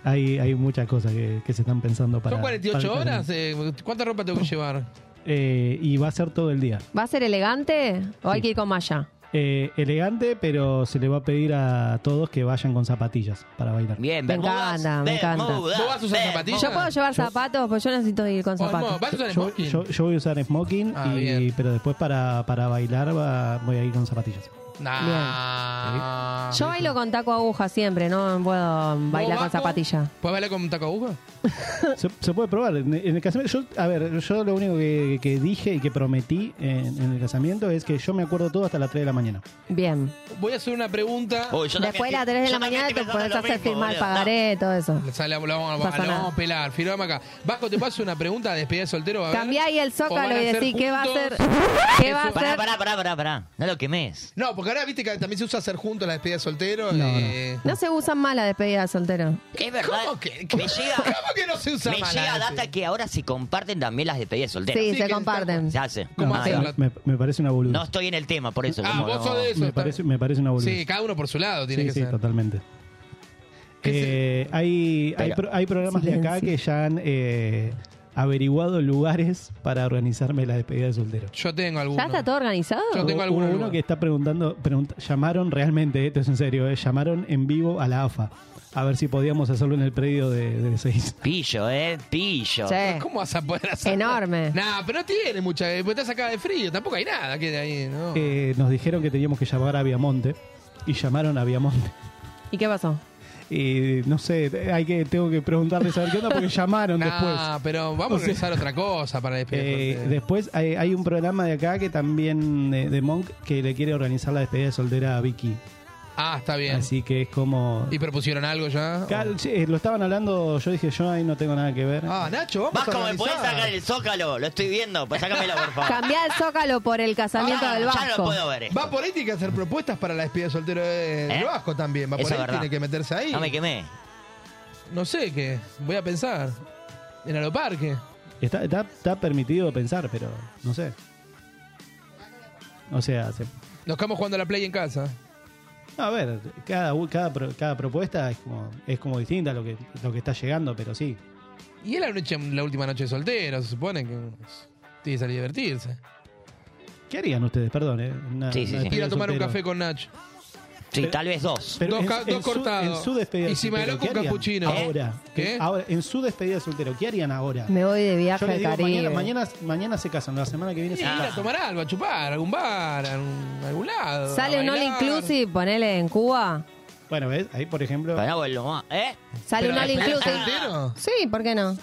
Hay, hay muchas cosas que, que se están pensando para. Son para 48 el horas. casamiento. eh, ¿Cuánta ropa tengo que llevar? Eh, y va a ser todo el día. ¿Va a ser elegante o hay que ir con malla? Eh, elegante, pero se le va a pedir a todos que vayan con zapatillas para bailar. Bien, Me Bermudas, encanta, me encanta. Bermudas, ¿Vos vas a usar Bermudas. zapatillas? Yo puedo llevar zapatos, pues yo necesito ir con Oh, no, zapatos. ¿Vas a usar Yo, smoking? yo- yo voy a usar smoking, Ah, y- bien. pero después para, para bailar va- voy a ir con zapatillas. Nah. Ah, Yo bailo con taco aguja siempre, no puedo bailar con Vasco? zapatilla. ¿Puedes bailar con un taco aguja? Se, se puede probar. En, en el casamiento, yo, a ver, yo lo único que, que dije y que prometí en, en el casamiento es que yo me acuerdo todo hasta las 3 de la mañana. Bien. Voy a hacer una pregunta. Uy, yo también Después de estoy- las 3 de yo la también mañana estoy te pensando podés lo hacer mismo, firmar boludo. pagaré, todo eso. O sea, la- la vamos, Pasa la nada. vamos a pelar, firmame acá. Vasco, te paso una pregunta de despedida de soltero. A ver. Cambiá ahí el ¿O van zócalo a y ser decir qué va a juntos? hacer. ¿Qué va a No. Pará, hacer? pará, pará, pará, pará. No lo quemes. No, porque ahora viste que también se usa hacer juntos la despedida de soltero. No, eh, No se usan mal la despedida de soltero. Es verdad. ¿Cómo que, Me llega, ¿Cómo que no se usa me mal llega antes? data que ahora se comparten también las despedidas solteras. Sí, Sí, se que comparten. Se hace. ¿Cómo Ah, hace? no, la- Me, me parece una boludez. no estoy en el tema, por eso. Ah, como vos no- sos de eso. me, está- parece, me parece una boludez. Sí, cada uno por su lado tiene Sí, que sí, ser. totalmente. ¿Qué Eh, hay, hay, Pero- pro- hay programas de acá que ya han eh, averiguado lugares para organizarme la despedida de soltero. Yo tengo ¿Ya alguno. está todo organizado? Yo tengo Hubo alguno uno lugar. que está preguntando, pregunta- llamaron realmente, esto es en serio, eh, llamaron en vivo a la AFA a ver si podíamos hacerlo en el predio de, de Ezeiza. Pillo, ¿eh? Pillo. Sí. ¿Cómo vas a poder hacer? Enorme. Nah, pero no tiene mucha. eh, Porque estás acá de frío, tampoco hay nada que de ahí, ¿no? Eh, nos dijeron que teníamos que llamar a Viamonte y llamaron a Viamonte. ¿Y qué pasó? Y no sé, hay que, tengo que preguntarles a ver qué onda porque llamaron después. Nah, pero vamos a organizar otra cosa para despedir. Eh, después hay, hay un programa de acá que también eh, de Monk que le quiere organizar la despedida de soltera a Vicky. Ah, está bien. Así que es como... ¿Y propusieron algo ya? Cal- sí, eh, lo estaban hablando, yo dije, yo ahí no tengo nada que ver. Ah, Nacho, vamos Vasco, a ¿me podés organizar. sacar el zócalo? Lo estoy viendo. Pues sácamelo, por favor. Cambiá el zócalo por el casamiento Ah, del Ya no lo Vasco. puedo ver. esto. Va por ahí, tiene que hacer propuestas para la despedida de soltero de- del ¿Eh? Vasco también. Va por Eso es ahí, verdad. tiene que meterse ahí. No me quemé. No sé qué. Voy a pensar. En Aeroparque. Está, está, está permitido pensar, pero no sé. O sea, se- Nos quedamos jugando a la play en casa. a ver, cada, u- cada, pro- cada propuesta es como, es como distinta a lo que, lo que está llegando, pero sí. Y es la, noche- la última noche de soltero, se supone que tiene que salir a divertirse. ¿Qué harían ustedes? Perdón, ¿eh? Una- Sí, sí, una sí. despedida Ir a tomar un soltero. café con Nacho. Eh. Sí, tal vez dos. Pero dos en- ca- en dos su- cortados. En su despedida Y si me soltero, aloco un ¿qué harían? capuchino. Ahora, ¿Qué? que- ahora, en su despedida de soltero, ¿qué harían ahora? Me voy de Yo viaje les al digo, Caribe. mañana, mañana, mañana se casan, la semana que viene Sí, se ir a casan. tomar algo, a chupar, a algún bar, a un- a algún lado. Sale a un all bailar. inclusive, ponele en Cuba. Bueno, ¿ves? Ahí, por ejemplo, Para vuelvo más. ¿Eh? Sale Pero un all ¿despedida de inclusive. soltero? Sí, ¿por qué no?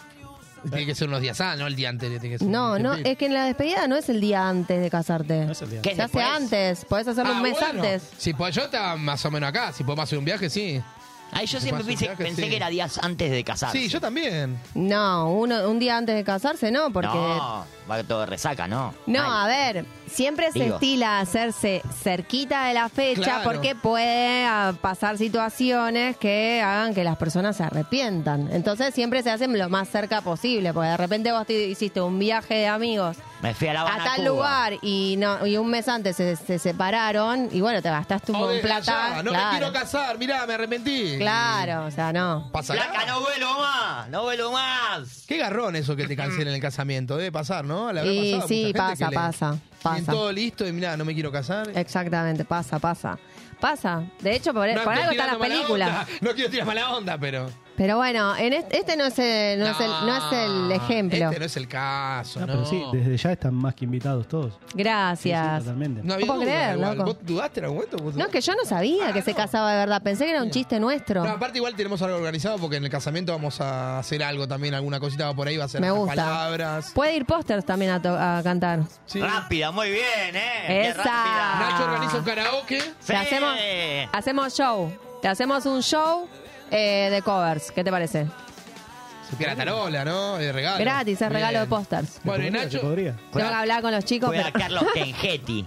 Tiene que ser unos días antes, no el día anterior. Tiene que ser No, un no, día anterior. es que en la despedida no es el día antes de casarte. no es el día. ¿Qué? Se hace Después. antes, podés hacerlo Ah, un mes bueno. antes. Si pues, yo estaba más o menos acá, si podemos hacer un viaje, sí. Ay, yo Te paso siempre un pensé, viaje, pensé sí. que era días antes de casarse. Sí, yo también. No, uno, un día antes de casarse no, porque... No, va todo de resaca, ¿no? No, Ay. a ver, siempre se Digo. estila hacerse cerquita de la fecha Claro. porque puede ah, pasar situaciones que hagan que las personas se arrepientan. Entonces siempre se hacen lo más cerca posible, porque de repente vos te hiciste un viaje de amigos Me fui a la Habana, a tal Cuba. lugar y no y un mes antes se, se separaron y bueno, te gastaste un O buen desde plata. allá, no claro, me quiero casar, mirá, me arrepentí. claro, o sea, no. Pasará. Placa, no vuelvo más. No vuelvo más. Qué garrón eso que te cancelen el casamiento, debe pasar, ¿no? La Y sí, pasa, pasa, En pasa. Eh, todo listo y mirá, no me quiero casar. Exactamente, pasa, pasa. Pasa. De hecho, por, No, por estoy algo están las tirando mala películas. onda. No quiero tirar mala onda, pero. Pero bueno, en este, este no, es el, no, es el, no es el ejemplo. Este no es el caso, No, ¿no? Ah, pero sí, desde ya están más que invitados todos. Sí, sí, Gracias. totalmente. No había No puedo duda, creer, igual. loco. ¿Vos dudaste en algún momento? ¿Vos no, es que yo no sabía Ah, que se no. casaba de verdad. Pensé que era un chiste nuestro. No, aparte igual tenemos algo organizado porque en el casamiento vamos a hacer algo también, alguna cosita va por ahí, va a ser Me gusta. unas palabras. Puede ir pósters también a, to- a cantar. Sí. Rápida, muy bien, ¿eh? Qué Esa. rápida. Nacho organiza un karaoke. Sí. Te hacemos, hacemos show. Te hacemos un show eh, de covers. ¿Qué te parece? Gratarola, ¿no? De regalo. Gratis, es regalo de Bien. pósters. Bueno, y ¿Se podría? ¿Se Nacho, podría? Tengo que hablar con los chicos. Juega pero- Carlos Cangetti.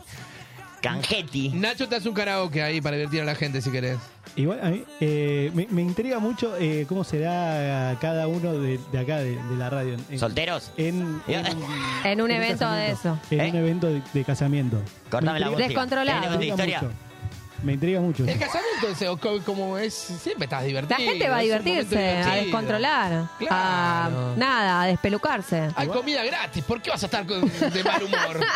Cangetti. Nacho te hace un karaoke ahí para divertir a la gente si querés. Igual a mí eh, me, me intriga mucho eh, cómo será cada uno de, de acá, de, de la radio. En- ¿Solteros? En, en, En un en evento de casamiento. eso. En ¿Eh? un evento de, de casamiento. Cortame la Me voz. Descontrolado. ¿Tenés otra historia? mucho. Me intriga mucho. El casamiento es o co- como es, siempre estás La divertido. gente va a es un momento divertirse, a divertido. descontrolar, a Claro. Ah, nada, a despelucarse. Hay comida gratis, ¿por qué vas a estar con- de mal humor?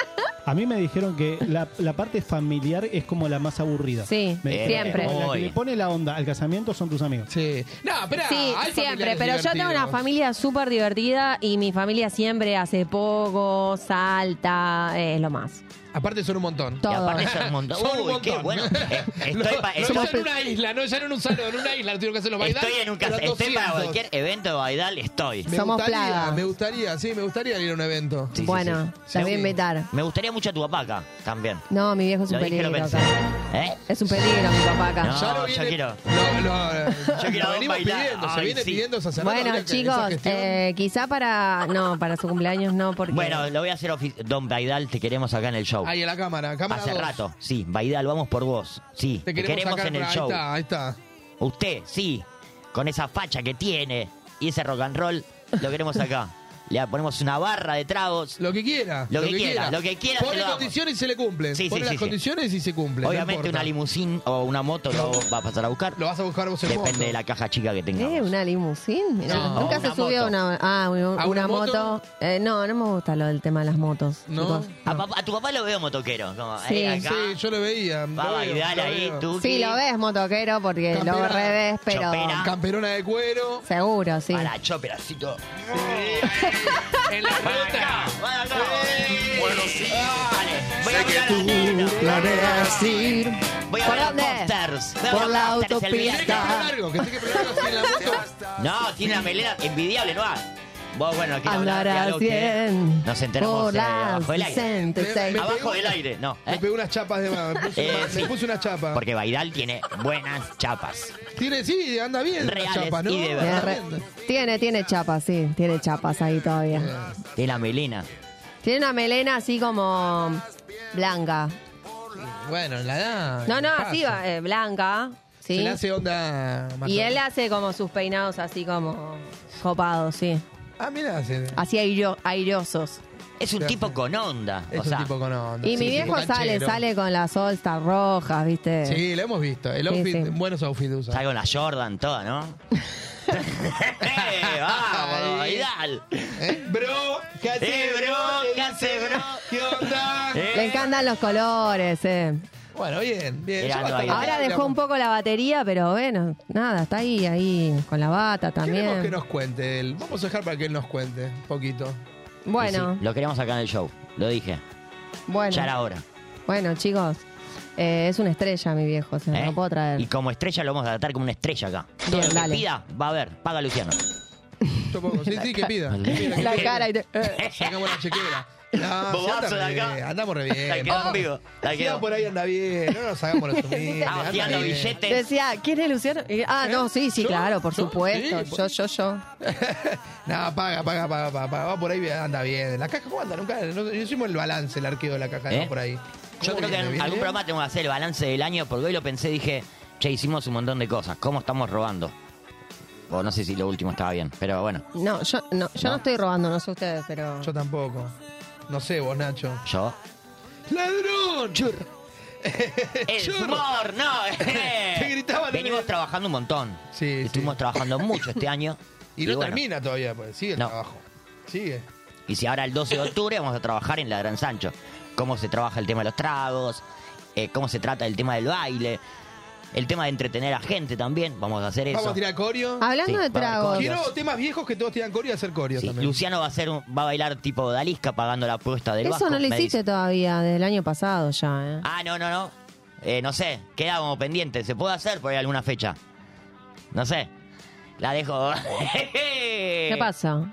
A mí me dijeron que la, la parte familiar es como la más aburrida. Sí, Me dijeron, siempre. es como La que Hoy. le pone la onda al casamiento son tus amigos. sí. No, espera. Sí, siempre, pero yo tengo una familia súper divertida y mi familia siempre hace poco, salta, eh, es lo más. Aparte son un montón. Todo. Y aparte son un montón. Son un Uy, qué montón. bueno. Eh, Estoy, pa- No, estoy- ya en una isla, no, ya no en un salón, en una isla, lo tengo que hacer los bailar. estoy en un casa. Estoy para cualquier evento de Baidal, estoy. Me Somos gustaría, plaga. Me gustaría, sí, me gustaría ir a un evento. Sí, sí, bueno, sí. te voy a Sí. invitar. Me gustaría mucho a tu papá acá, también. No, mi viejo es Lo un dije, peligro. lo pensé. acá. ¿Eh? Es un peligro mi papá acá. No. lo yo quiero. lo- lo- lo quiero venimos bailar. pidiendo, se Ay, viene sí. pidiendo sacerdote. Bueno, Habría que- esa chicos, gestión. eh, quizá para. No, para su cumpleaños no, porque. Bueno, lo voy a hacer oficial. Don Baidal, te queremos acá en el show. Ahí en la cámara, cámara Hace dos. rato. Sí, Baidal, vamos por vos. Sí, Te queremos, sacar en el ahí show. está, ahí está. Usted, sí, con esa facha que tiene y ese rock and roll, lo queremos acá. le ponemos una barra de tragos. Lo que quiera. Lo que quiera, lo que quiera se Pone lo damos. condiciones y se le cumple. Sí, sí, Pone sí, las sí. condiciones y se cumple. no Obviamente importa. una limusín o una moto lo va a pasar a buscar. Lo vas a buscar vos en Depende moto. de la caja chica que tenga. ¿Eh? ¿Una limusín? Mirá, No, Nunca una se subió a moto. una, ah, un- una una, moto. moto? Eh, no, no me gusta lo del tema de las motos. No. chicos. A, papá- a tu papá lo veo motoquero. Como, Sí. eh, acá, Sí, yo lo veía. va a lo veo, bailar lo ahí, veo. tú. Sí, lo ves, motoquero, porque Campera. lo revés, pero. Chopera. Camperona de cuero. Seguro, sí. A la chopera, así todo. En la ruta. Bueno, acá. Bueno, sí. Vale. Voy a Sé que mirar la negra. planeas ir. Voy a ¿Por ver a dónde? Monsters. Voy a Por ver a la Monsters el autopista. Tiene que viernes. pelo largo, que tiene que pelo largo así en la moto. No, tiene una melena envidiable, ¿no? Vos, bueno, quiero hablar de Hablarás algo que bien. Nos enteramos por eh, las abajo del aire. Ah, Vicente Me- Seis. me- Abajo del aire, no. Me ¿eh? pegó unas chapas de más. Me puse, Eh, una- me sí. puse una chapa. Porque Baidal tiene buenas chapas. Tiene, sí, anda bien. las Reales chapas, ¿no? y de Tiene verdad. re- Tiene, tiene chapas, sí, tiene chapas ahí todavía. De la melena. Tiene una melena así como blanca. Bueno, la edad. No, no, pasa. así va, eh, blanca, Se sí. le hace onda. más Y o- él hace como sus peinados así como copados, sí. Ah, mira, se- Así airo- airosos. Es un Sí. tipo con onda. es o un sea, tipo con onda. Y sí, mi tipo viejo sale, canchero. sale con las solstas rojas, ¿viste? Sí, lo hemos visto. Sí, El outfit, sí. buenos outfits usa. Salgo en la Jordan, toda, ¿no? ¡Eh, ¡Vamos, Ahí. Baidal! ¿Eh? Bro, ¿qué haces, Eh, bro, ¿qué haces, bro? ¿Qué onda? Eh. Le encantan los colores, eh. Bueno, bien, bien. Era Ya basta Noel. con Ahora Baidal, dejó un digamos. poco la batería, pero bueno, nada, está ahí, ahí, con la bata Queremos que también. nos cuente él. Vamos a dejar para que él nos cuente un poquito. Bueno, Sí, lo queremos acá en el show. Lo dije. Ya bueno, era hora. bueno, chicos, eh, es una estrella mi viejo, o sea, ¿eh? no puedo Y traer. como estrella lo vamos a tratar como una estrella acá. Todo Bien, lo que dale. pida, va a ver. Paga Luciano. Yo pongo, sí, sí, que pida. que pida, que La pida. cara y te- eh, Este Sacamos la chequera. No, Bobazo sí, anda re de acá. bien, andamos re La bien. quedó Eh, Vamos. pues, conmigo, la Sí, quedó. por ahí anda bien, no nos hagamos los humildes. Estaba anda tirando bien. billetes. Decía, ¿quién es Luciano? Y, ah, ¿Eh? no, sí, sí, ¿Yo? claro, por ¿Yo? supuesto. Sí, yo, yo, yo. No, paga, paga, paga, paga, paga. Va por ahí, anda bien. La caja, ¿cómo anda? Nunca no, hicimos el balance, el arqueo de la caja, ¿Eh? ¿no? Por ahí. Yo ¿Cómo creo que viene? en ¿Viene algún bien? programa tengo que hacer el balance del año porque hoy lo pensé dije, che, hicimos un montón de cosas. ¿Cómo estamos robando? O no sé si lo último estaba bien, pero bueno. No, yo no, yo no. No. estoy robando, no sé ustedes, pero. Yo tampoco. No sé, vos, Nacho. Yo. ¡Ladrón! ¡El Churro. humor! ¡No! Te gritaban en Venimos el- trabajando un montón. Sí, Estuvimos sí. trabajando mucho este año. Y no bueno, termina todavía, pues sigue el No. trabajo. Sigue. Y si ahora el 12 de octubre vamos a trabajar en la Gran Sancho. Cómo se trabaja el tema de los tragos, eh, cómo se trata el tema del baile, el tema de entretener a gente también. Vamos a hacer eso. Vamos a tirar corio. Hablando Sí, de va, tragos. coño. Quiero temas viejos que todos tiran corio y hacer corio Sí, también. Luciano va a hacer un- va a bailar tipo Dalisca pagando la apuesta del Eso Vasco, no lo me hiciste dice. todavía, del año pasado ya, ¿eh? Ah, no, no, no. Eh, no sé, quedábamos pendientes. ¿Se puede hacer por ahí alguna fecha? No sé. La dejo. ¿Qué ¿Qué pasa?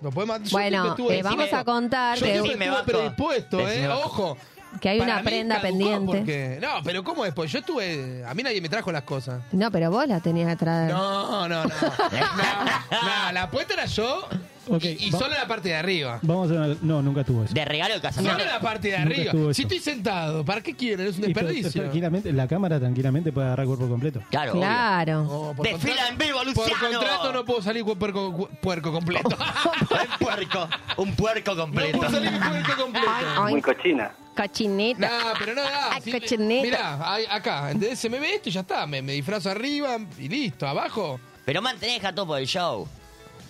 Nos podemos- yo Bueno, siempre estuve- eh, vamos Decime- a contar Yo que- siempre Decime, estuve Vasco. predispuesto, ¿eh? Decime, Vasco. Ojo. Que hay Para una mí prenda caducó pendiente. porque- No, pero ¿cómo después? Yo estuve. A mí nadie me trajo las cosas. No, pero vos la tenías que traer. No, no, no. no, no, la apuesta era yo Ok, y- y va- solo la parte de arriba. Vamos a ver. No, nunca tuvo eso. De regalo de Solo casamiento. la parte de Nunca arriba. estuvo Si eso. estoy sentado, ¿para qué quieren? Es un Y, pero, desperdicio. tranquilamente, la cámara tranquilamente puede agarrar cuerpo completo. Claro. obvio. claro. No, por Desfila contrato- en vivo, Por Luciano. contrato no puedo salir cu- puerco, cu- puerco completo. un puerco. Un puerco no completo. puedo salir puerco completo. Ay, Muy cochina. cochinita. No, pero no da. Ay, cochineta. mirá, ahí- acá, ¿entendés? Se me ve esto y ya está. Me, me disfrazo arriba y listo. Abajo. Pero mantenés a topo el show.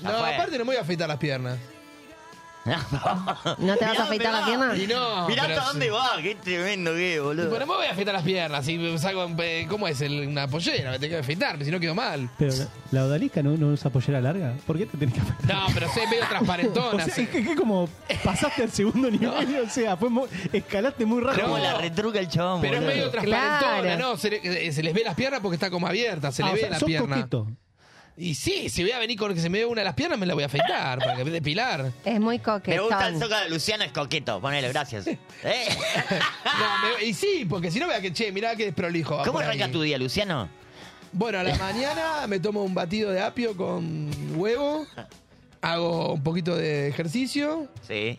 Ya No, fue. aparte no me voy a afeitar las piernas. ¿No te vas Mirá, a afeitar mirá. las piernas? Y no. Ah. Mirá pero hasta sí. dónde va. Qué tremendo que es, boludo. Bueno, me voy a afeitar las piernas. Y saco, eh, ¿Cómo es? El- una pollera. Me tengo que afeitar, si no quedo mal. Pero la, la odalisca no, no usa pollera larga. ¿Por qué te tenés que afectar? No, pero sé medio O transparentona. sea, sí. es que, que como pasaste al segundo nivel, o sea, fue muy- escalaste muy rápido. ¿Cómo no. la retruca el chabón, Pero es boludo? medio transparentona, Claro. ¿no? Se, le- eh, se les ve las piernas porque está como abierta, se Ah, le o ve sea, la sos pierna. coqueto. Y sí, si voy a venir con que se me ve una de las piernas, me la voy a afeitar para que me depilar. Es muy Me gusta el coquetón. soca de Luciano, es coqueto. Ponele, gracias. ¿Eh? No, me- y sí, porque si no vea que, che, mirá que desprolijo. va ¿Cómo por arranca ahí. tu día, Luciano? Bueno, a la mañana me tomo un batido de apio con huevo, hago un poquito de ejercicio, Sí.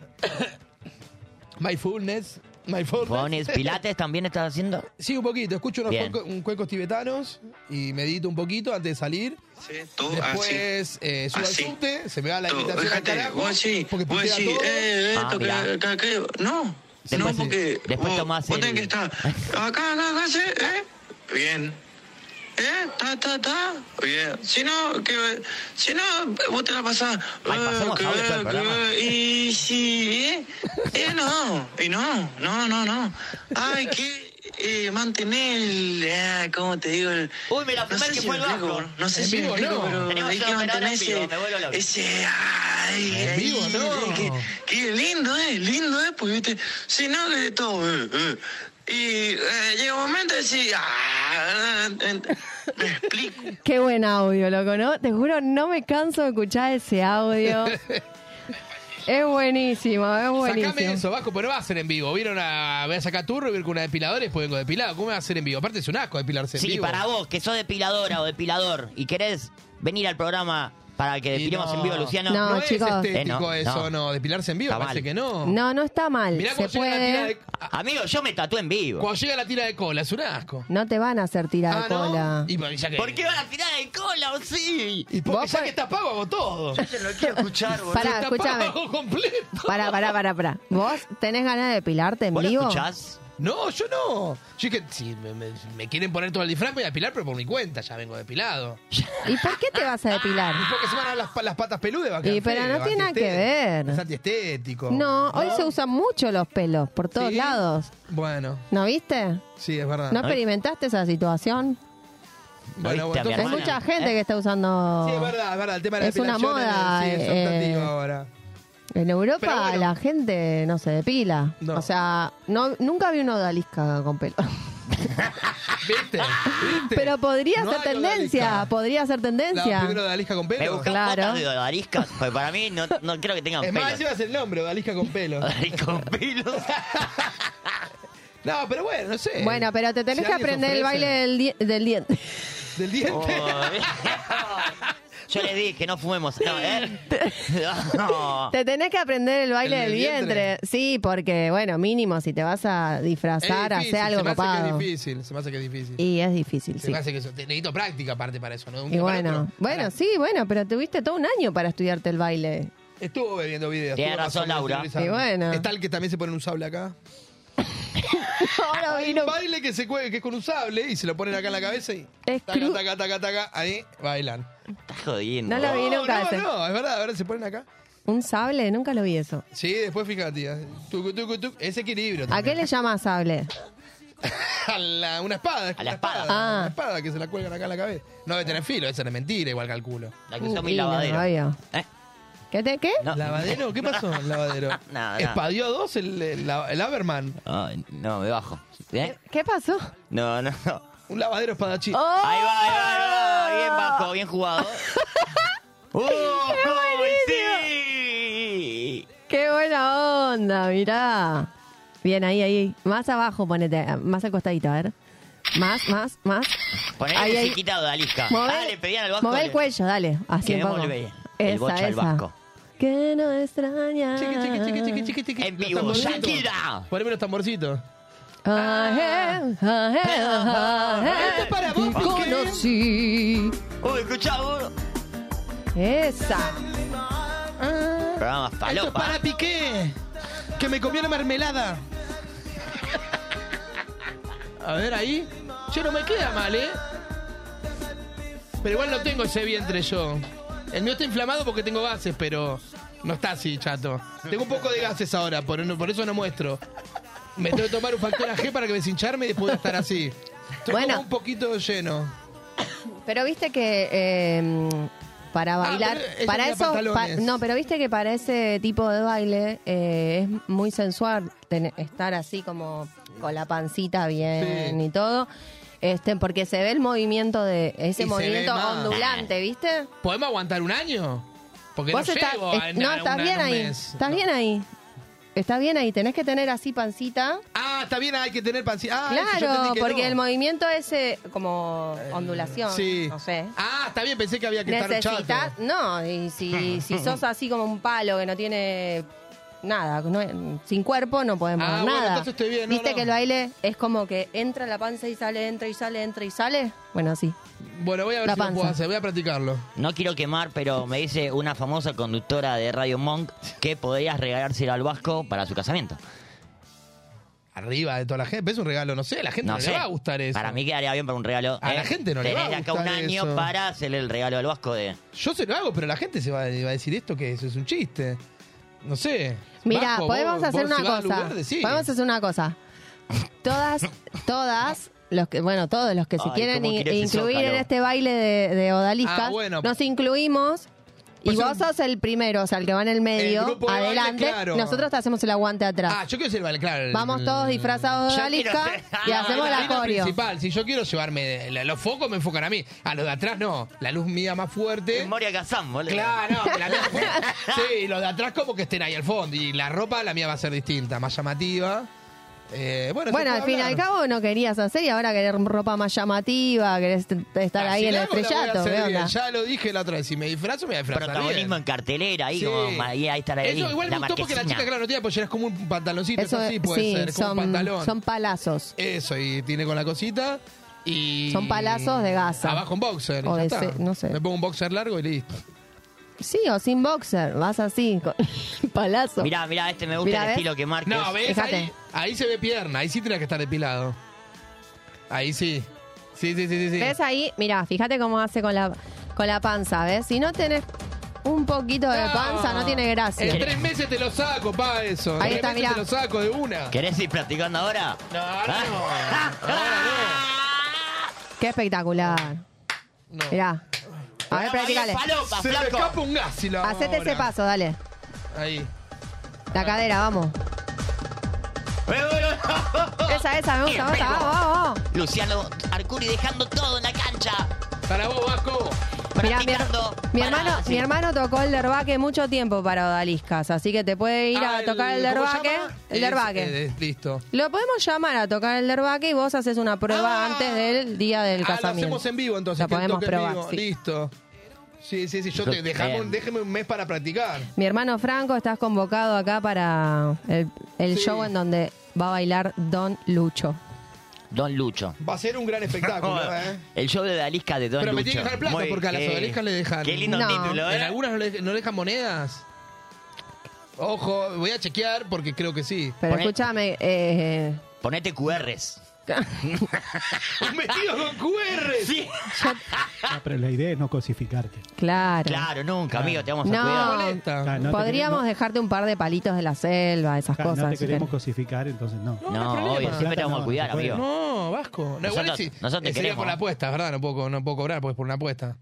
mindfulness, My fault. ¿Pones pilates también estás haciendo? Sí, un poquito. Escucho unos Bien. cuencos, un cuencos tibetanos y medito un poquito antes de salir. Ah, Sí, todo así. Después eh, subo Así. al subte, se me va la Todo, invitación al déjate, carajo. vos decís, porque vos putea decís, todo. eh, Ah, esto, que- mirá. que- aquello. No, Después- no, porque después vos, tomás vos el- tenés que estar acá, acá, acá, sí, eh, bien. Eh, ta, ta, ta, bien. Si no, que, si no, vos te la pasás. Ay, eh, pasamos que- audio todo el programa. que- y si, eh, eh, no, y no, no, no, no. Ay, que eh, mantener el, eh, ¿cómo te digo? El, Uy, mira, primero que si fue me el bajo. explico, No sé En si me vivo, explico, no. pero Tenemos hay que que operar mantener en vivo, ese, me vuelvo loco. ese, ay, En ahí, vivo, no. que- que lindo es, lindo es, porque viste, si no, que todo, eh, eh. Y eh, llega un momento de decir, ah, ent- me explico. Qué buen audio, loco, ¿no? Te juro, no me canso de escuchar ese audio. es buenísimo, es buenísimo. Sacame eso, Vasco, pero no va a ser en vivo. Vieron a, voy a sacar turro y ver con una depiladora y después vengo depilado. ¿Cómo va a ser en vivo? Aparte es un asco depilarse en Sí, vivo. para vos, que sos depiladora o depilador y querés venir al programa para que Y depilemos no. en vivo, Luciano. No, No, chicos. es estético Eh, no, eso, no. no. Depilarse en vivo, Está parece mal. que no. No, no está mal. Mirá Se cuando llega, la tira puede. de, A- Amigo, yo me tatué en vivo. cuando llega la tira de cola, es un asco. No te van a hacer tirar Ah, ¿no? cola. Y, bueno, ya que, ¿Por qué van a tirar de cola o sí? Y porque ya que está pago, hago todo. Se No quiero escuchar, boludo. Pará, está escúchame. pago completo. Pará, pará, pará, pará. ¿Vos tenés ganas de depilarte en ¿Vos lo vivo? escuchás? No, yo no. Yo es que si me, me- me quieren poner todo el disfraz, me voy a depilar, pero por mi cuenta, ya vengo depilado. ¿Y por qué te vas a depilar? Y porque se van a dar las, pa- las patas peludas, va a quedar Y, pero feo, no tiene nada que antiestético. ver. Es antiestético. No, hoy se usan mucho los pelos, por todos Sí. Ah. lados. Bueno, ¿No viste? sí, es verdad. ¿No experimentaste esa situación? Bueno, ¿Viste a mi Hay entonces- hermana? mucha ¿Eh? gente que está usando... Sí, es verdad, es verdad. El tema de la Es una depilación moda, es- sí, es eh, optativo ahora. En Europa Pero bueno. la gente no se depila. No. O sea, no, nunca vi una odalisca con pelo. ¿Viste? ¿Viste? Pero podría No ser hay tendencia, odalisca. podría ser La tendencia. primera odalisca con Me pelo. buscas Claro. fotos de odariscas, porque para mí no, no creo que tengan Es más, pelos. llevas el nombre, odalisca con pelo. Odariscas con pelos. No, pero bueno, no sé. Bueno, pero te tenés Si que alguien aprender el se ofrece baile Oh, del, die- del diente. Del diente. Yo le dije que no fumemos. No, ¿eh? No. Te tenés que aprender el baile ¿El del del vientre. vientre? Sí, porque, bueno, mínimo, si te vas a Es disfrazar, difícil, hacer algo se me hace que copado. es difícil, se me hace que es difícil. Y es difícil, se sí. me hace que eso. te- Necesito práctica aparte para eso, ¿no? De un Y día para bueno, otro. bueno, Ahora, sí, bueno, pero tuviste todo un año para estudiarte el baile. Estuvo bebiendo videos. Tiene estuvo razón, más o menos Laura. teorizando. Y bueno. Está el que también se pone un sable acá. Ahora Hay vino. un baile que se cuelga, que es con un sable y se lo ponen acá en la cabeza y. Es taca, cru- taca, taca, taca, ahí bailan. Estás jodiendo. No lo vi no, nunca. no, ese. no, es verdad, ahora se ponen acá. Un sable, nunca lo vi eso. Sí, después fíjate, ah, tucu, tucu, tucu, ese equilibrio. ¿A qué también. le llama sable? A la- una espada. es A la una espada. Ah. Una espada que se la cuelgan acá en la cabeza. No debe tener filo, esa es mentira, igual calculo. La que usó mi Y no, lavadero. obvio. ¿Eh? ¿Qué te qué? No. ¿Lavadero? ¿Qué pasó, lavadero? Nada, Espadió a dos el, el, el Haberman. Ay, no, me bajo. ¿Eh? ¿Qué pasó? No, no. no. Un lavadero espadachín. ¡Oh! Ahí va, ahí va, ahí va. Bien bajo, bien jugado. ¡Uh! ¡Sí! ¡Qué buena onda! Mirá. Bien, ahí, ahí. Más abajo, ponete. Eh, Más al costadito, a ver. Más, más, más. Ahí, Poné ahí. musiquita odalisca. Move, Ah, le pedían al vasco. move el le- cuello, dale. Así Que un me poco. vuelve el bocho Esa, al esa. vasco. Que no extraña. Chiqui, chiqui, chiqui, chiqui, chiqui, chiqui. En Los vivo, tamborcitos. Shakira. Poneme los tamborcitos. Ajé, ajé, ajé. Esto es para vos, Te Piqué. eh. conocí. Uy, escuchá, boludo. Esa. Ah. Programa Esto es falopa. para Piqué. Que me comió la mermelada. A ver ahí. Che, no me queda mal, ¿eh? Pero igual no tengo ese vientre yo. El mío está inflamado porque tengo gases, pero no está así, chato. Tengo un poco de gases ahora, por, por eso no muestro. Me tengo que tomar un factor AG para que deshincharme y después de estar así. Estoy Bueno. como un poquito lleno. Pero viste que eh, para bailar, Ah, pero ella para tenía eso, pantalones. pa- no, pero viste que para ese tipo de baile eh, es muy sensual ten- estar así como con la pancita bien Sí. y todo, este, porque se ve el movimiento de ese Y se movimiento ve más. ondulante, ¿viste? ¿Podemos aguantar un año? Porque no Vos estás- llego a, es- no, a estás una- bien un ahí, mes. estás No. bien ahí, estás bien ahí, tenés que tener así pancita. Ah, está bien, hay que tener pancita. Ah, eso yo Claro, entendí que porque no. el movimiento ese como ondulación, Sí. no sé. Ah, está bien, pensé que había que estar Necesitas, chato. no, y si, si sos así como un palo que no tiene nada, no- sin cuerpo no podemos nada. Ah, bueno, entonces estoy bien, no, ¿Viste no. que el baile es como que entra la panza y sale, entra y sale, entra y sale? Bueno, sí. Bueno, voy a ver La si lo panza. puedo hacer, voy a practicarlo. No quiero quemar, pero me dice una famosa conductora de Radio Monk que podrías regalárselo al Vasco para su casamiento. Arriba de toda la gente, es un regalo, no sé, a la gente no, No sé. le va a gustar eso. Para mí quedaría bien para un regalo. eh, A la gente no le va a Tenés de acá gustar un año eso. para hacerle el regalo al Vasco de... Yo se lo hago, pero la gente se va, va a decir esto que eso es un chiste. No sé. Mira, Vasco, podemos vos- hacer vos una si vas al cosa. lugar, decí. podemos hacer una cosa. Todas, todas, los que, bueno, todos los que se Ay, quieren cómo in- quiere ese incluir en zócalo. este baile de, de odaliscas, Ah, bueno. nos incluimos. Pues y vos un- sos el primero, o sea, el que va en el medio, El grupo de baile, adelante. claro. Nosotros te hacemos el aguante atrás. Ah, yo quiero ser el baile, claro. el- mm, Vamos todos disfrazados de Yo quiero odalisca ser- y Ah, hacemos la la escena coreo. principal, si yo quiero llevarme la- los focos me enfocan a mí, a los de atrás no, la luz mía más fuerte. Es Moria Kazan, boludo. Eh, Claro, no, la mía más fuerte. Sí, y los de atrás como que estén ahí al fondo y la ropa la mía va a ser distinta, más llamativa. Eh, bueno, se Bueno, puede al fin y al hablar. cabo no querías hacer y ahora querés ropa más llamativa, querés t- estar Ah, ahí si en la el hago, la voy a estrellato. hacer ¿qué bien. onda? Ya lo dije la otra vez, si me disfrazo me disfrazo. Protagonismo en cartelera, ahí como ahí, ahí está la, Eso igual la me gustó porque la marquesina. chica, claro, no tiene pollera, es como un pantaloncito, Eso es así es- puede sí, ser, es como son, un pantalón. son palazos. Eso, y tiene con la cosita y... Son palazos de gasa. Abajo un boxer. y O ya de está. se- no sé. Me pongo un boxer largo y listo. Sí, o sin boxer, vas así, con palazo. Mirá, mirá, este me gusta Mirá, el ¿ves? estilo que marques. No, ¿ves? Fíjate. Ahí, ahí se ve pierna, ahí sí tiene que estar depilado. Ahí sí. Sí, sí, sí, sí. sí. ¿Ves ahí? Mira, fíjate cómo hace con la, con la panza, ¿ves? Si no tenés un poquito de Ah, panza, no tiene gracia. En tres meses te lo saco, pa, eso. En Ahí tres está, meses mirá. te lo saco de una. ¿Querés ir practicando ahora? No, ahora no. Ah. Qué espectacular. No. Mirá. A ver, practicale. Falopa, Se me flaco. escapa un gas y lo Hacete ese paso, dale. Ahí. La cadera, vamos. Esa, esa, me gusta, me gusta. Vamos, vamos, vamos. Luciano Arcuri dejando todo en la cancha. Para vos, Vasco. Mirá, mi, Practicando. mi Pará, hermano, sí. mi hermano tocó el derbaque mucho tiempo para odaliscas, así que te puede ir Ah, a tocar el ¿cómo se derbaque. llama? El Es- derbaque. eh, listo. Lo podemos llamar a tocar el derbaque y vos haces una prueba Ah. antes del día del Ah, lo casamiento. hacemos en vivo entonces. La que podemos toque en probar. vivo. sí. Listo. Sí, sí, sí. Yo te Bien. dejame un, déjeme un mes para practicar. Mi hermano Franco, estás convocado acá para el, el Sí. show en donde va a bailar Don Lucho. Don Lucho. Va a ser un gran espectáculo, ¿eh? El show de Odalisca de Don Pero me Lucho. tiene que dejar plata Muy- porque a las qué- odaliscas le dejan. Qué lindo No. título, ¿eh? En algunas no le, no le dejan monedas. Ojo, voy a chequear porque creo que sí. Pero Poné- escúchame, eh, Ponete QRs. ¡Metido con QR! Sí. Ah, pero la idea es no cosificarte. claro. Claro, nunca, amigo, te vamos a No. cuidar. Molesta. Ah, no te Podríamos queremos- dejarte un par de palitos de la selva, esas ah, cosas. No te si queremos querés. cosificar, entonces no. No, no hay No, problema. obvio, siempre te vamos a cuidar, No, no se amigo. No, Vasco. No, igual Nosotros- sí, nosotros te eh, sería queremos. por la apuesta, ¿verdad? No puedo, co- no puedo cobrar porque es por una apuesta.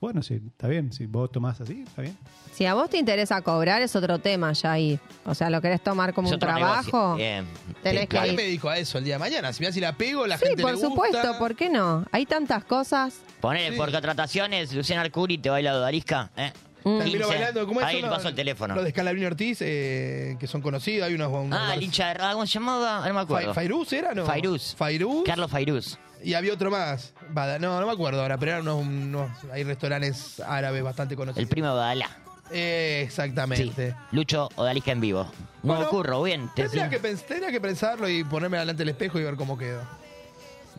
Bueno, sí, está bien. Si vos tomás así, está bien. Si a vos te interesa cobrar, es otro tema ya ahí. O sea, lo querés tomar como Es un otro negocio. trabajo. Bien. Tenés que Sí, claro. ir. Él me dijo a eso el día de mañana. Si mirá si la pego, la Sí, gente por le gusta. supuesto, ¿por qué no? Hay tantas cosas. Ponele Sí. por contrataciones, Luciana Arcuri te baila Dodarisca. ¿eh? Mm. Termino 15. bailando. ¿Cómo es Ahí uno- le paso el teléfono. Los de Scalabrini Ortiz, eh, que son conocidos. Hay unos. unos Ah, el hincha de Raga, ¿cómo se llamaba? No me acuerdo. Fa- Fairuz era, ¿no? Fairuz. Fairuz. Carlos Fairuz. Y había otro más. Bada- No, no me acuerdo ahora, pero eran unos, unos- Hay restaurantes árabes bastante El conocidos. primo de Badalá. Eh, Sí. exactamente. Lucho Odalisca en vivo. No Bueno, ocurro, bien. te- Tendría que, pens- tendría que pensarlo y ponerme delante del espejo y ver cómo quedo.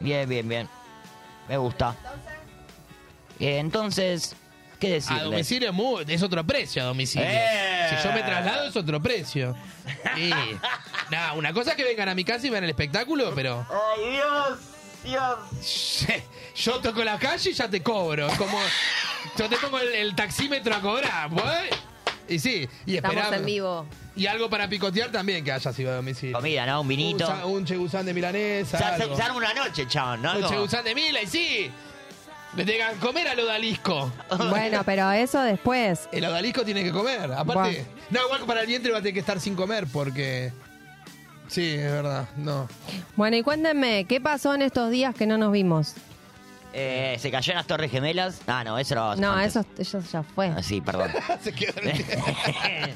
Bien, bien, bien. Me gusta. Eh, entonces, ¿qué A decirle? domicilio es, muy- es otro precio a domicilio. ¡Eh! Si yo me traslado es otro precio. Sí. Nah, una cosa es que vengan a mi casa y vean el espectáculo, pero... Oh. ¡Ay, Dios! Dios! Yo toco la calle y ya te cobro. Es Como, yo te pongo el, el taxímetro a cobrar, ¿pues? Y sí, y Estamos esperamos. en vivo. Y algo para picotear también que haya sido a domicilio. Comida, ¿no? Un vinito. Un, sa- un chegusán de milanesa. Se, se- algo. se arma una noche, chabón, ¿no? Un Como- chegusán de mila y sí. Le tengan que comer al odalisco. Bueno, pero eso después. El odalisco tiene que comer. Aparte, no, igual que para el vientre va a tener que estar sin comer porque. Sí, es verdad. No. Bueno, y cuéntenme, ¿qué pasó en estos días que no nos vimos? Eh, se cayó en las Torres Gemelas. Ah, no, eso lo No, antes. eso, eso ya fue. Ah, sí, perdón. Se quedó en el-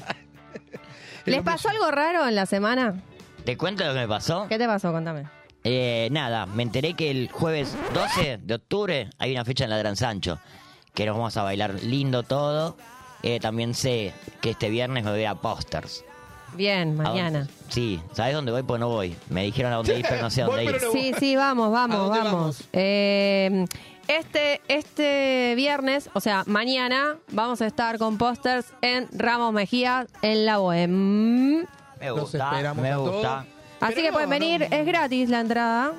¿Les pasó algo raro en la semana? ¿Te cuento lo que me pasó? ¿Qué te pasó? Contame. Eh, nada, me enteré que el jueves 12 de octubre hay una fecha en la Gran Sancho. Que nos vamos a bailar lindo todo. Eh, también sé que este viernes me voy a Posters. Bien, ¿A dónde- mañana. Sí, ¿sabes dónde voy? Pues no voy. Me dijeron a dónde ir, pero no sé a dónde Voy, ir. pero no voy. Sí, sí, vamos, ¿A vamos, dónde vamos. vamos? Eh, este, este viernes, o sea, mañana, vamos a estar con posters en Ramos Mejía, en la E Bohem. Me Nos gusta, esperamos me a gusta. todos. Así Pero que no, pueden venir, no, es gratis la entrada.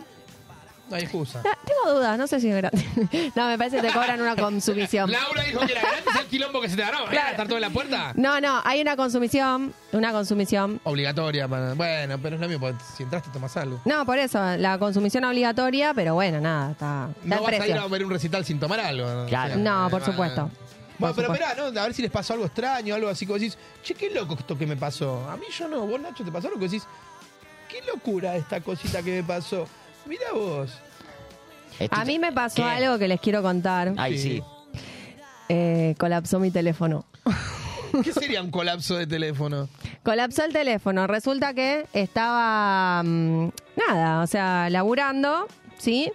No hay excusa. Ah, Tengo dudas, no sé si es gratis. No, me parece que te cobran una consumición. Laura dijo que era gratis el quilombo que se te ganó. ¿Era estar todo en la puerta? No, no, hay una consumición, una consumición. Obligatoria. para- Bueno, pero es lo mismo. Si entraste, tomas algo. No, por eso, la consumición obligatoria, pero bueno, nada, está, está No el vas a ir precio. a ver un recital sin tomar algo. ¿no? Claro. No, por bueno, supuesto. bueno. Por Bueno, pero supuesto. esperá, ¿no? A ver si les pasó algo extraño, algo así como decís, che, qué loco esto que me pasó. A mí yo no, vos Nacho, ¿te pasó algo que decís, qué locura esta cosita que me pasó? Mirá vos. Estoy- A mí me pasó ¿Qué? algo que les quiero contar. Ay, sí. Eh, colapsó mi teléfono. ¿Qué sería un colapso de teléfono? Colapsó el teléfono. Resulta que estaba. mm, nada, o sea, laburando, ¿sí?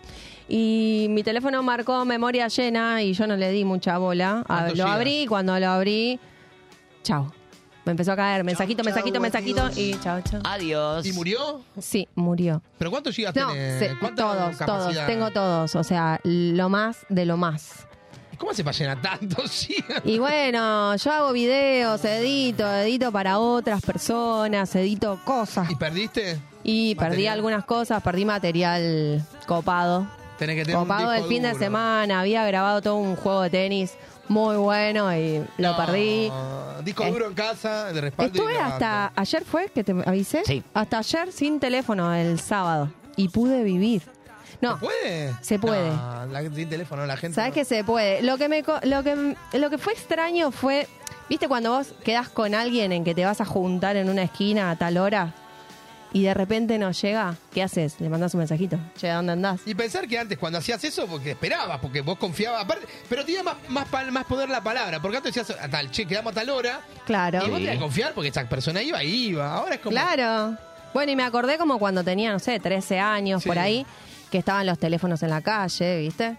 Y mi teléfono marcó memoria llena y yo no le di mucha bola. A- ¿Cuántos lo gigas? abrí y cuando lo abrí. Chao. Me empezó a caer. Mensajito, mensajito, mensajito y chao, chao. Ah. Adiós. ¿Y murió? Sí, murió. ¿Pero cuántos gigas No, tenés? se- ¿Cuánta todos, todos. capacidad? Tengo todos. O sea, lo más de lo más. ¿Cómo se llenar tantos gigas? Y bueno, yo hago videos, edito, edito para otras personas, edito cosas. ¿Y perdiste? Y perdí Material. algunas cosas, perdí material copado. Tenés que tener un Copado del disco fin de duro. semana, había grabado todo un juego de tenis muy bueno y lo No, perdí. Disco Eh, duro en casa, de respaldo. y Estuve grabando. hasta ayer fue que te avisé, Sí. hasta ayer sin teléfono el sábado y pude vivir. No, ¿Se puede? Se puede. No, la, sin teléfono, la gente. Sabes no- que se puede. Lo que me co- lo que lo que fue extraño fue, ¿viste cuando vos quedás con alguien en que te vas a juntar en una esquina a tal hora y de repente no llega? ¿Qué haces? Le mandás un mensajito. Che, ¿dónde andás? Y pensar que antes cuando hacías eso, porque esperabas, porque vos confiabas, aparte, pero tenía más, más, pal- más poder la palabra, porque antes decías a tal, che, quedamos a tal hora, Claro. y vos tenías que confiar porque esa persona iba y iba. Ahora es como. Claro. Bueno, y me acordé como cuando tenía, no sé, 13 años, Sí. por ahí, que estaban los teléfonos en la calle, ¿viste?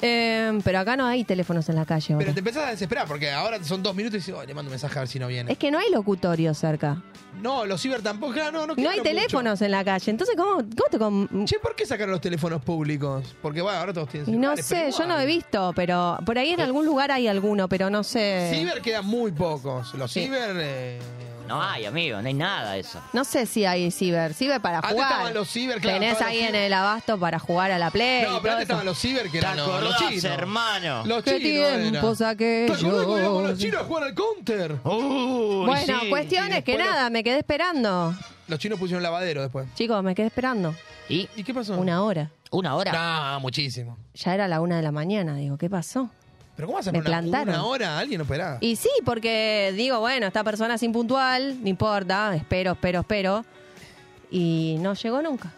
Eh, pero acá no hay teléfonos en la calle ahora. Pero te empezás a desesperar, porque ahora son dos minutos y dices, "Oh, le mando un mensaje a ver si no viene. Es que no hay locutorio cerca. No, los ciber tampoco, claro, no, no No quedaron hay mucho. teléfonos en la calle. Entonces, ¿cómo, cómo te... con- Che, ¿por qué sacaron los teléfonos públicos? Porque bueno, ahora todos tienen Y no celulares, pero sé, yo no he igual. visto, pero por ahí en algún lugar hay alguno, pero no sé. Ciber quedan muy pocos. Los ciber. eh, No hay, amigo, no hay nada de eso. No sé si hay ciber. Ciber para Antes jugar. Ah, estaban los ciber, claro, Tenés estaban los ahí en ciber. el abasto para jugar a la play. y No, todo pero antes eso. estaban los ciber que ¿Te eran los, Ah, los acordás, chinos. hermano? Los ¿Qué chinos. eran. tiempos ¿Te aquellos? acordás cuando íbamos los chinos a jugar al counter? Bueno, Uy, pues- sí. cuestiones que después lo- nada, me quedé esperando. Los chinos pusieron lavadero después. Chicos, me quedé esperando. ¿Y ¿Y qué pasó? Una hora. una hora? Ah, muchísimo. Ya era la una de la mañana, digo, ¿qué pasó? ¿Pero cómo vas a Me poner una, plantaron. una hora a alguien operada? Y sí, porque digo, bueno, esta persona es impuntual, no importa, espero, espero, espero. Y no llegó nunca.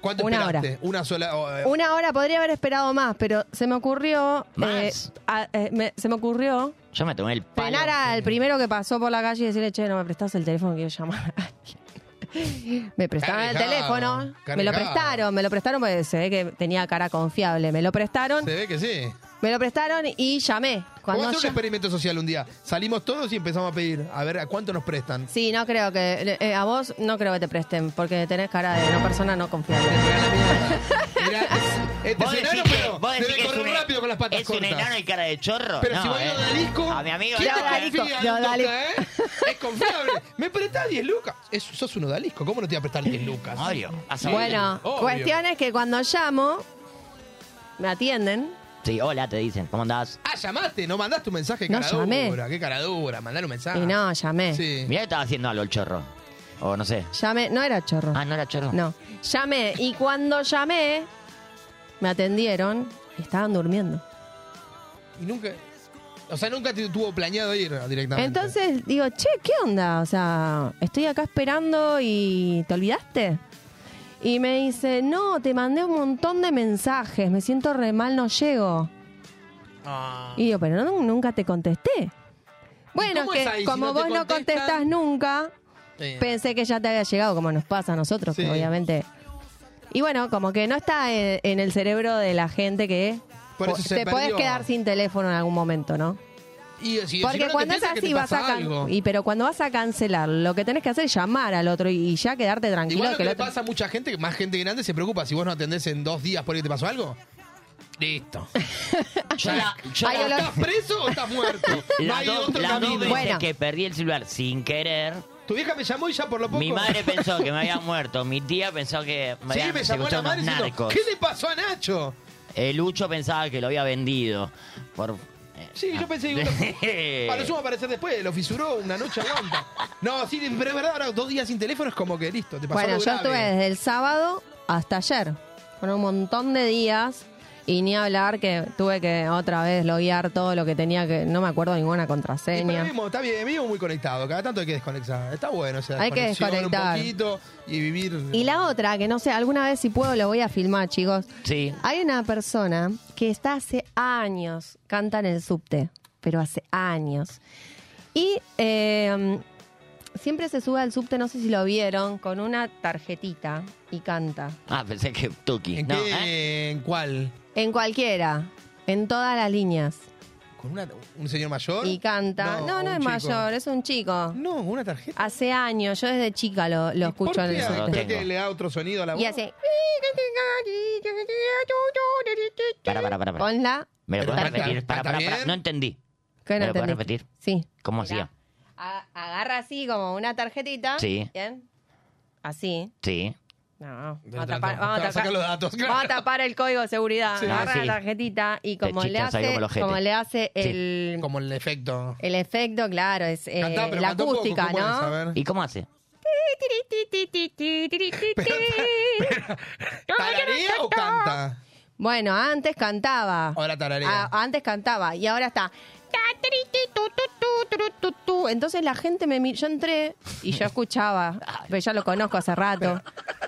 ¿Cuánto una esperaste? Una sola. oh, eh, Una hora, podría haber esperado más, pero se me ocurrió. Más. eh, a- eh, me- se me ocurrió Yo me tomé el palo. frenar al primero que pasó por la calle y decirle, che, no me prestás el teléfono, quiero llamar a alguien". Me prestaron el Cargado, teléfono, me lo cargado. prestaron, me lo prestaron porque se ve que tenía cara confiable. Me lo prestaron, Se ve que sí. me lo prestaron y llamé. Vamos a Cuando hacer un ya- experimento social un día. Salimos todos y empezamos a pedir. A ver, ¿a cuánto nos prestan? Sí, no creo que. eh, a vos no creo que te presten, porque tenés cara de una persona no confiable. Mirá, es- este Vos es decís enano, que- pero vos decís debe que es correr un- e- rápido con las patas ¿Es un cortas. enano y cara de chorro? Pero si No, voy a eh. Odalisco. A mi amigo ¿Quién Odalisco. te confía en Yo, un Odalisco. toca, eh? Es confiable. ¿Me prestás 10 lucas? Es, sos un odalisco. ¿Cómo no te voy a prestar 10 lucas? Mario, haz algo. Bueno, obvio. cuestión es que cuando llamo, me atienden. Sí, hola, te dicen. ¿Cómo andás? Ah, llamaste, no mandaste un mensaje. No, cara llamé. dura, qué cara dura. Mandar un mensaje. Y no, eh. llamé. Ah. Sí. Mirá que estaba haciendo algo el chorro. O no sé. Llamé, no era chorro. Ah, ¿no era chorro? No, llamé. Y cuando llamé, me atendieron y estaban durmiendo. Y nunca. O sea, nunca te tuvo planeado ir directamente. Entonces digo, che, ¿qué onda? O sea, estoy acá esperando y ¿te olvidaste? Y me dice, no, te mandé un montón de mensajes, me siento re mal, no llego. Ah. Y yo, pero no- nunca te contesté. Bueno, cómo que es ahí? Si como no te vos no contestan- contestás nunca, Sí. pensé que ya te había llegado, como nos pasa a nosotros, Sí. que obviamente. Y bueno, como que no está en, en el cerebro de la gente que Por eso se te puedes perdió. quedar sin teléfono en algún momento, ¿no? Y si- si Porque no te cuando es piensas que así te vas pasa a can- algo. y pero cuando vas a cancelar, lo que tenés que hacer es llamar al otro y ya quedarte tranquilo Igual lo que que el le otro- pasa a mucha gente, que más gente grande se preocupa. Si vos no atendés en dos días porque te pasó algo, listo. Yo la- yo Ay, la- olor. ¿Estás preso o estás muerto? No Las hay dos, otro las dos camino. veces Bueno. que perdí el celular sin querer, Tu vieja me llamó y ya por lo poco. mi madre pensó que me había muerto, mi tía pensó que me Sí, habían me llamó la secuestrado madre unos diciendo, narcos. ¿qué le pasó a Nacho? El Lucho pensaba que lo había vendido. Por... eh, ah. Sí, yo pensé, que... A lo sumo aparecer después, lo fisuró, una noche aguanta. No, sí, pero es verdad, ahora dos días sin teléfono es como que listo, te pasó Bueno, algo yo grave. estuve desde el sábado hasta ayer, con un montón de días y ni hablar que tuve que otra vez loguear todo lo que tenía que no me acuerdo ninguna Y pero contraseña. vivimos- está bien, vivimos muy conectados, cada tanto hay que desconectar. Está bueno, o sea, Hay que desconectar. un poquito y vivir. Y la otra, que no sé, alguna vez si puedo lo voy a filmar, chicos. Sí. Hay una persona que está hace años, canta en el subte, pero hace años. Y eh, siempre se sube al subte, no sé si lo vieron, con una tarjetita y canta. Ah, pensé que Tuki. ¿En No, ¿eh? qué? ¿En cuál? En cualquiera, en todas las líneas. ¿Con una- un señor mayor? Y canta. No, no, un es chico. mayor, es un chico. No, una tarjeta. Hace años, yo desde chica lo, lo ¿Por escucho en qué? el No Pero subte. tengo. que le da otro sonido a la voz. Y hace... Pará, pará, pará, pará. Con la... ¿Me lo Pero podés canta, repetir? Pará, canta pará, pará. bien. No entendí. ¿Qué ¿Me no lo podés entendí? repetir? Sí. ¿Cómo Mirá, hacía? a- agarra así como una tarjetita. Sí. Bien. Así. Sí. No. Te- Vamos a te- tapar, te- vamos a te- saca tapar- los datos, claro. vamos a tapar el código de seguridad. Sí. Agarra Ah, sí. la tarjetita y como Te le chichas ahí hace, como el ojete. como le hace Sí. el, Como el efecto. el efecto, claro, es eh, Cantá, pero la cantá un poco, acústica, ¿cómo es? A ¿no? ver. ¿Y cómo hace? ¿Tararea o canta? Bueno, antes cantaba. Ahora tararea. A- antes cantaba y ahora está. Entonces la gente me mi- yo entré y yo escuchaba, pero yo lo conozco hace rato.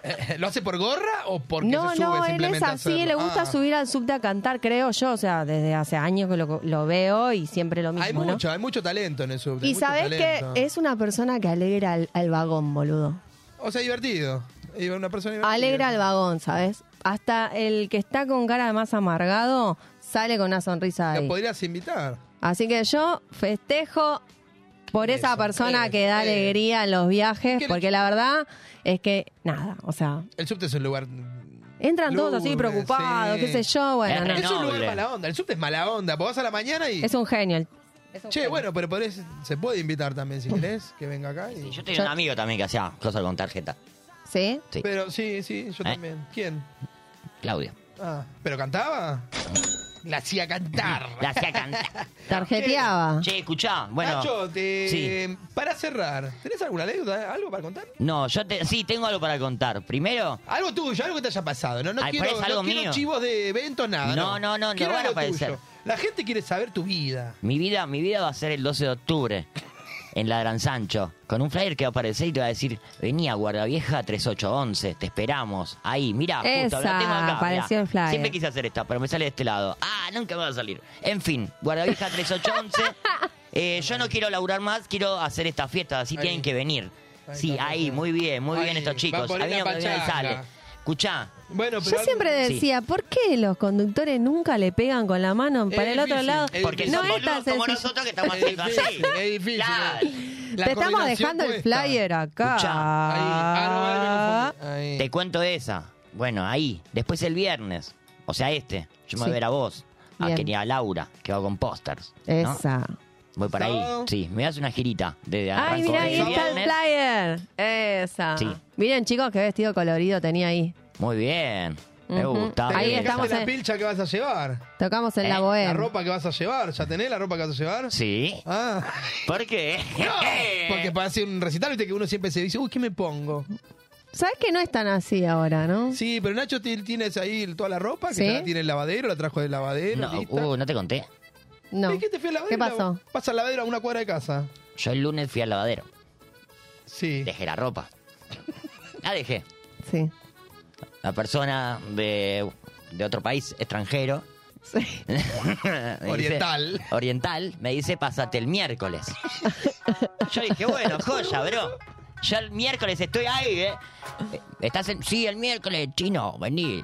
¿Lo hace por gorra o porque No, se sube no, él es simplemente a así, hacerlo? le gusta Ah. subir al subte a cantar, creo yo, o sea, desde hace años que lo, lo veo y siempre lo mismo, Hay ¿no? mucho, hay mucho talento en el subte. Y mucho sabes que talento. es una persona que alegra al, al vagón, boludo. O sea, divertido. Y Una persona divertida. Alegra al vagón, ¿sabes? Hasta el que está con cara más amargado sale con una sonrisa de Lo ahí. podrías invitar. Así que yo festejo por esa Eso, Eh, persona eso, que da eso. alegría en los viajes, ¿Qué le- porque la verdad es que nada, o sea, El subte es un lugar. entran todos así Lunes, preocupados, sí. qué sé yo, bueno, Es no. re Es un lugar noble. mala onda. El subte es mala onda. Vos vas a la mañana y. es un genio. el- es un Mm. Che, genio. bueno, pero podés- se puede invitar también si querés que venga acá. y- Yo tenía un amigo también que hacía cosas con tarjeta. ¿Sí? Sí, Pero sí, sí, Eh. yo también. ¿Quién? Claudia. Ah, ¿pero cantaba? La hacía cantar. La hacía cantar. Tarjeteaba. Che, escuchá. Bueno. Nacho, te- Sí. para cerrar, ¿tenés alguna anécdota? ¿Algo para contar? No, yo te- sí tengo algo para contar. Primero, Algo tuyo, algo que te haya pasado. No, no Ay, quiero, pero es algo no quiero mío. chivos de eventos, nada. No, no, no, no Quiero van a algo aparecer. tuyo. La gente quiere saber tu vida. mi vida, mi vida va a ser el 12 de octubre en la Gran Sancho, con un flyer que va a aparecer y te va a decir, vení a Guardavieja 3811, te esperamos. Ahí, mirá, justo, lo Esa, tengo acá. mirá. apareció el flyer. Siempre quise hacer esta, pero me sale de este lado. Ah, nunca me va a salir. En fin, Guardavieja 3811. Eh, yo no quiero laburar más, quiero hacer esta fiesta, así Ahí. tienen que venir. Ahí sí, está, ahí, está. muy bien, muy bien Ahí, estos va chicos. por A mí ahí no la me viene y pachanga. sale. Escuchá, Bueno, pero Yo algo- siempre Sí. decía, ¿por qué los conductores nunca le pegan con la mano para Es el otro difícil, Eh, lado? es porque no es son tan boludos como sencillo. nosotros que estamos Es haciendo así. difícil, es difícil, Claro. La Te estamos coordinación dejando el cuesta. flyer acá. Escuchá. Ahí. Ah, no, ahora me confundí. Ahí. Te cuento esa. Bueno, ahí. Después el viernes. O sea, este. Yo me voy Sí. a ver a vos. A Bien. querida Laura, que va con pósters. ¿no? Esa. Voy para Sábado. ahí. Sí, me das una girita. Desde Ay, arranco mira, ahí desde el está el viernes. flyer. Esa. Sí. Miren, chicos, qué vestido colorido tenía ahí. Muy bien. Me Ujú. gusta. Ahí Te Esa. estamos fijaste en- la pilcha que vas a llevar. Tocamos en Eh, la la bohème. La ropa que vas a llevar. ¿Ya tenés la ropa que vas a llevar? Sí. Ah. ¿Por qué? Porque para hacer un recital, viste que uno siempre se dice, uy, ¿qué me pongo? ¿Sabes que no es tan así ahora, no? Sí, pero Nacho ti- tienes ahí toda la ropa, que ¿Sí? ya la tiene el lavadero, la trajo del lavadero. No, lista. uh, no te conté. No. ¿Y qué te fui al lavadero? ¿Qué pasó? Vas al lavadero a una cuadra de casa. Yo el lunes fui al lavadero. Sí. Dejé la ropa. La dejé. Sí. La persona de, de otro país extranjero Sí. Me dice- Oriental. oriental. Me dice, pásate el miércoles. Yo dije, bueno, joya, bro. Yo el miércoles estoy ahí, ¿eh? Estás en... Sí, el miércoles, chino, vení.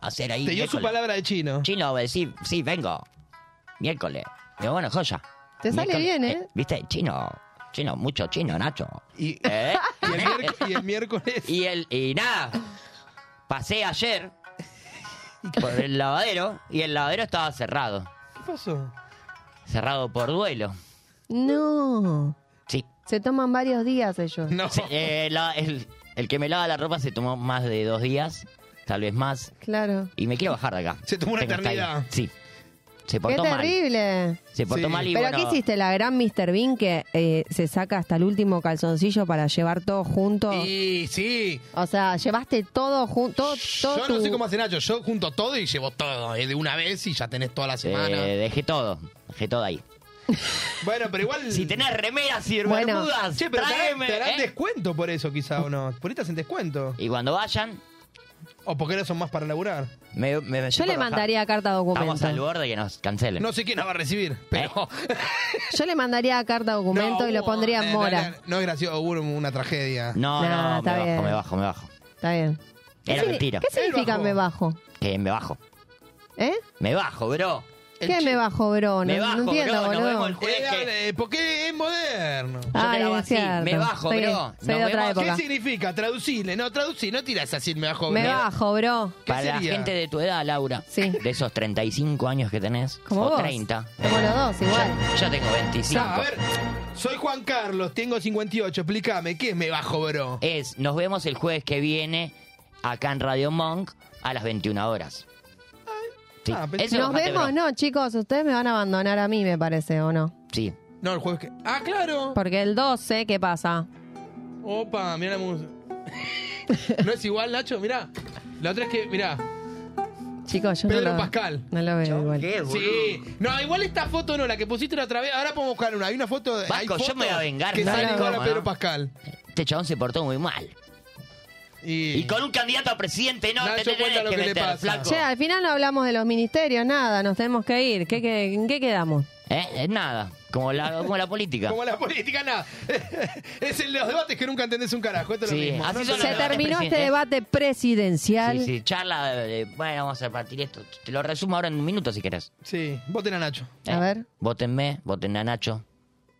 a Hacer ahí... Te dio su miércoles. palabra de chino. Chino, eh, sí, sí, vengo. Miércoles. Digo, bueno, joya. Te Y sale es con- bien, ¿eh? ¿Viste? Chino. Chino, mucho chino, Nacho. Y, ¿Eh? y el, miérc- y el miércoles. Y el y nada. Pasé ayer por el lavadero y el lavadero estaba cerrado. ¿Qué pasó? Cerrado por duelo. No. Sí. Se toman varios días ellos. No. Sí, eh, la- el, el que me lava la ropa se tomó más de dos días, tal vez más. Claro. Y me quiero bajar de acá. Se tomó una Tengo hasta ahí. eternidad. Sí. Se ¡Qué portó mal. terrible! Se portó Sí. mal y ¿Pero bueno, qué hiciste? La gran Mr. Bean que eh, se saca hasta el último calzoncillo para llevar todo junto. Y sí. O sea, llevaste todo junto. Todo, Yo no tu- sé cómo hace Nacho. Yo junto todo y llevo todo. eh, de una vez y ya tenés toda la eh, semana. dejé todo. Dejé todo ahí. Bueno, pero igual. Si tenés remeras y Bueno. bermudas, Mm. Che, pero te harán- tráeme, te harán ¿eh? descuento por eso, quizá o no. Por ahí te hacen descuento. Y cuando vayan, O porque ahora son más para laburar. me, me- me- Yo le por bajar. mandaría carta documento. Estamos al borde que nos cancelen. ¿eh? No sé quién la va a recibir, pero. Yo le mandaría carta documento No, y lo hubo- pondría eh, en no, mora. No, no es gracioso, hubo una tragedia. No, Nah, no, está me bien. bajo, me bajo, me bajo. Está bien. ¿Qué Era signi- mentira. ¿Qué significa bajó. me bajo? Que me bajo. ¿Eh? Me bajo, bro. El ¿Qué chi- me bajo, bro? No, Me no bajo, entiendo, bro, nos boludo. vemos el jueves Era- que- eh, porque es moderno. Yo te la hago es así, cierto. me bajo, Soy- bro. soy Nos de otra vemos. época. ¿Qué significa? Traducile, no, traducí, no tirás así, me bajo. Me bro. bajo, bro. ¿Qué Para sería? la gente de tu edad, Laura, Sí. de esos 35 años que tenés, Como o vos. 30, Como los dos, igual. yo tengo 25. No, a ver, soy Juan Carlos, tengo 58, explícame, ¿qué es me bajo, bro? Es, nos vemos el jueves que viene acá en Radio Monk a las 21 horas. Sí. ah, pensé- Ese Nos bajate, vemos, bro. no, chicos. Ustedes me van a abandonar a mí, me parece, ¿o no? Sí. No, el jueves que. Ah, claro. Porque el 12, ¿qué pasa? Opa, mirá la música. no es igual, Nacho, mirá. La otra es que, mirá. Chicos, yo Pedro no lo, Pascal. No lo veo igual. Sí. No, igual esta foto no, la que pusiste la otra vez. Ahora podemos buscar una. Hay una foto de. Vasco, hay yo fotos me voy a vengar, Que no sale la con como, la Pedro ¿no? Pascal. Este chabón se portó muy mal. Y. Y con un candidato a presidente no Nacho, te tenés cuenta lo que que le meter, pasa. flaco. Che, al final no hablamos de los ministerios, nada, nos tenemos que ir. ¿Qué, qué, en qué quedamos? Eh, eh, Nada, como la, como la política. Como la política, nada. es en los debates que nunca entendés un carajo. Esto es Sí, lo mismo. así No son te- Se los terminó debates este presi- debate presidencial. Sí, sí, charla de, de- bueno, vamos a repartir esto. Te lo resumo ahora en un minuto si querés. Sí, voten a Nacho. A ver. Vótenme, Eh, voten a Nacho.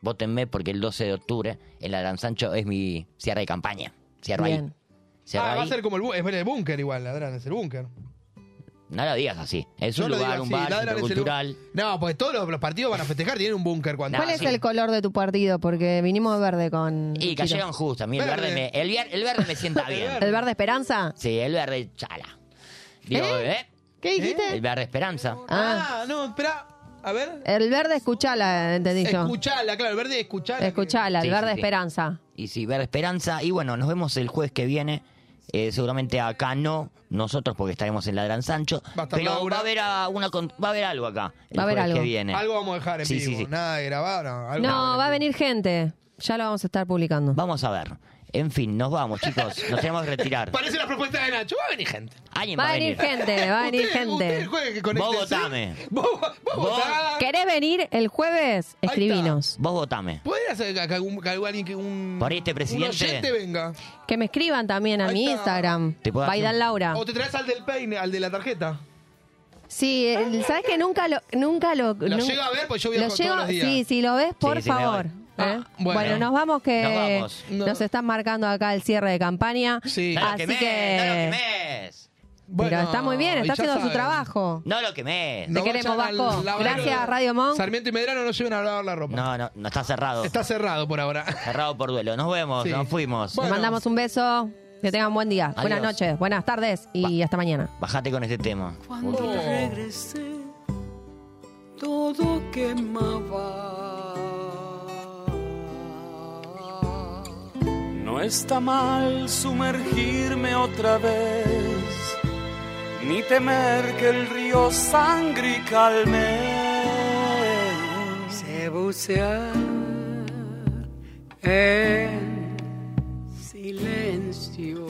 Votenme porque el 12 de octubre el Gran Sancho es mi cierre de campaña. Cierro ahí. Bien. Cierro ah, va a ahí. ser como el, bu- es el búnker igual, ladrán, es el búnker. No lo digas así. Es Yo un lo lugar, digo un así, bar, ladrán centro es el bu- cultural. No, pues todos los, los partidos van a festejar, tienen un búnker cuando. Nah, ¿Cuál es Ah, sí. el color de tu partido? Porque vinimos de verde con. Y cayeron justo. A mí el Verde. verde, me, el, vier- el verde me sienta bien. ¿El verde esperanza? Sí, el verde chala. Digo, ¿eh? ¿Qué dijiste? El verde esperanza. Ah, Ah, no, espera. A ver. el verde escuchala, entendí yo. Escuchala, claro, el verde escuchala. Escuchala, el Sí, verde sí, sí. esperanza. Y sí, verde esperanza. Y bueno, nos vemos el jueves que viene. Eh, seguramente acá no, nosotros porque estaremos en la Gran Sancho. Va a estar pero Laura. va a, haber a una, con- va a haber algo acá. El Va a haber jueves que algo. viene. Algo vamos a dejar en Sí, vivo. sí, sí. Nada de grabar, no. algo vamos No, va a dejar en venir gente. Ya lo vamos a estar publicando. Vamos a ver. En fin, nos vamos, chicos. Nos tenemos que retirar. vivo. Parece la propuesta de Nacho, va a venir gente. Alguien Va a venir gente, Eh, va a venir Usted- usted gente. juegue que conecte, Vos este, ¿sí? votame. Vos, vos Vos- votá. ¿Querés venir el jueves? está. Escribinos. Vos votame. ¿Podrías hacer que, que algún, que algún- alguien que un. Por ahí este presidente. Un oyente venga. Que me escriban también a Ahí mi está. Instagram. Te puedo hacer Baidal un- Laura. O te traes al del peine, al de la tarjeta. Sí, el- sabes que nunca lo, nunca lo, Lo nun- llego a ver, pues yo viajo lo llego- todos los días. Sí, si lo ves, por sí, me favor. voy. ¿eh? Ah, bueno. bueno. nos vamos que Nos vamos. No. nos están marcando acá el cierre de campaña. Sí. No lo Así quemés, no lo que. quemés. Pero está muy bien, y está ya haciendo su saben. trabajo. No lo quemés. No. No, queremos, vayan al Vasco. lavadero. Gracias, Radio Monk. Sarmiento y Medrano no lleven a lavar la ropa. no, no, está cerrado. Está cerrado por ahora. Cerrado por duelo. Nos vemos, Sí. nos fuimos. Les Bueno. mandamos un beso. Que tengan buen día. Adiós. Buenas noches, buenas tardes y hasta mañana. Bajate con este tema. Cuando regresé, todo quemaba. No está mal sumergirme otra vez, ni temer que el río sangre y calme. Sé bucear en silencio.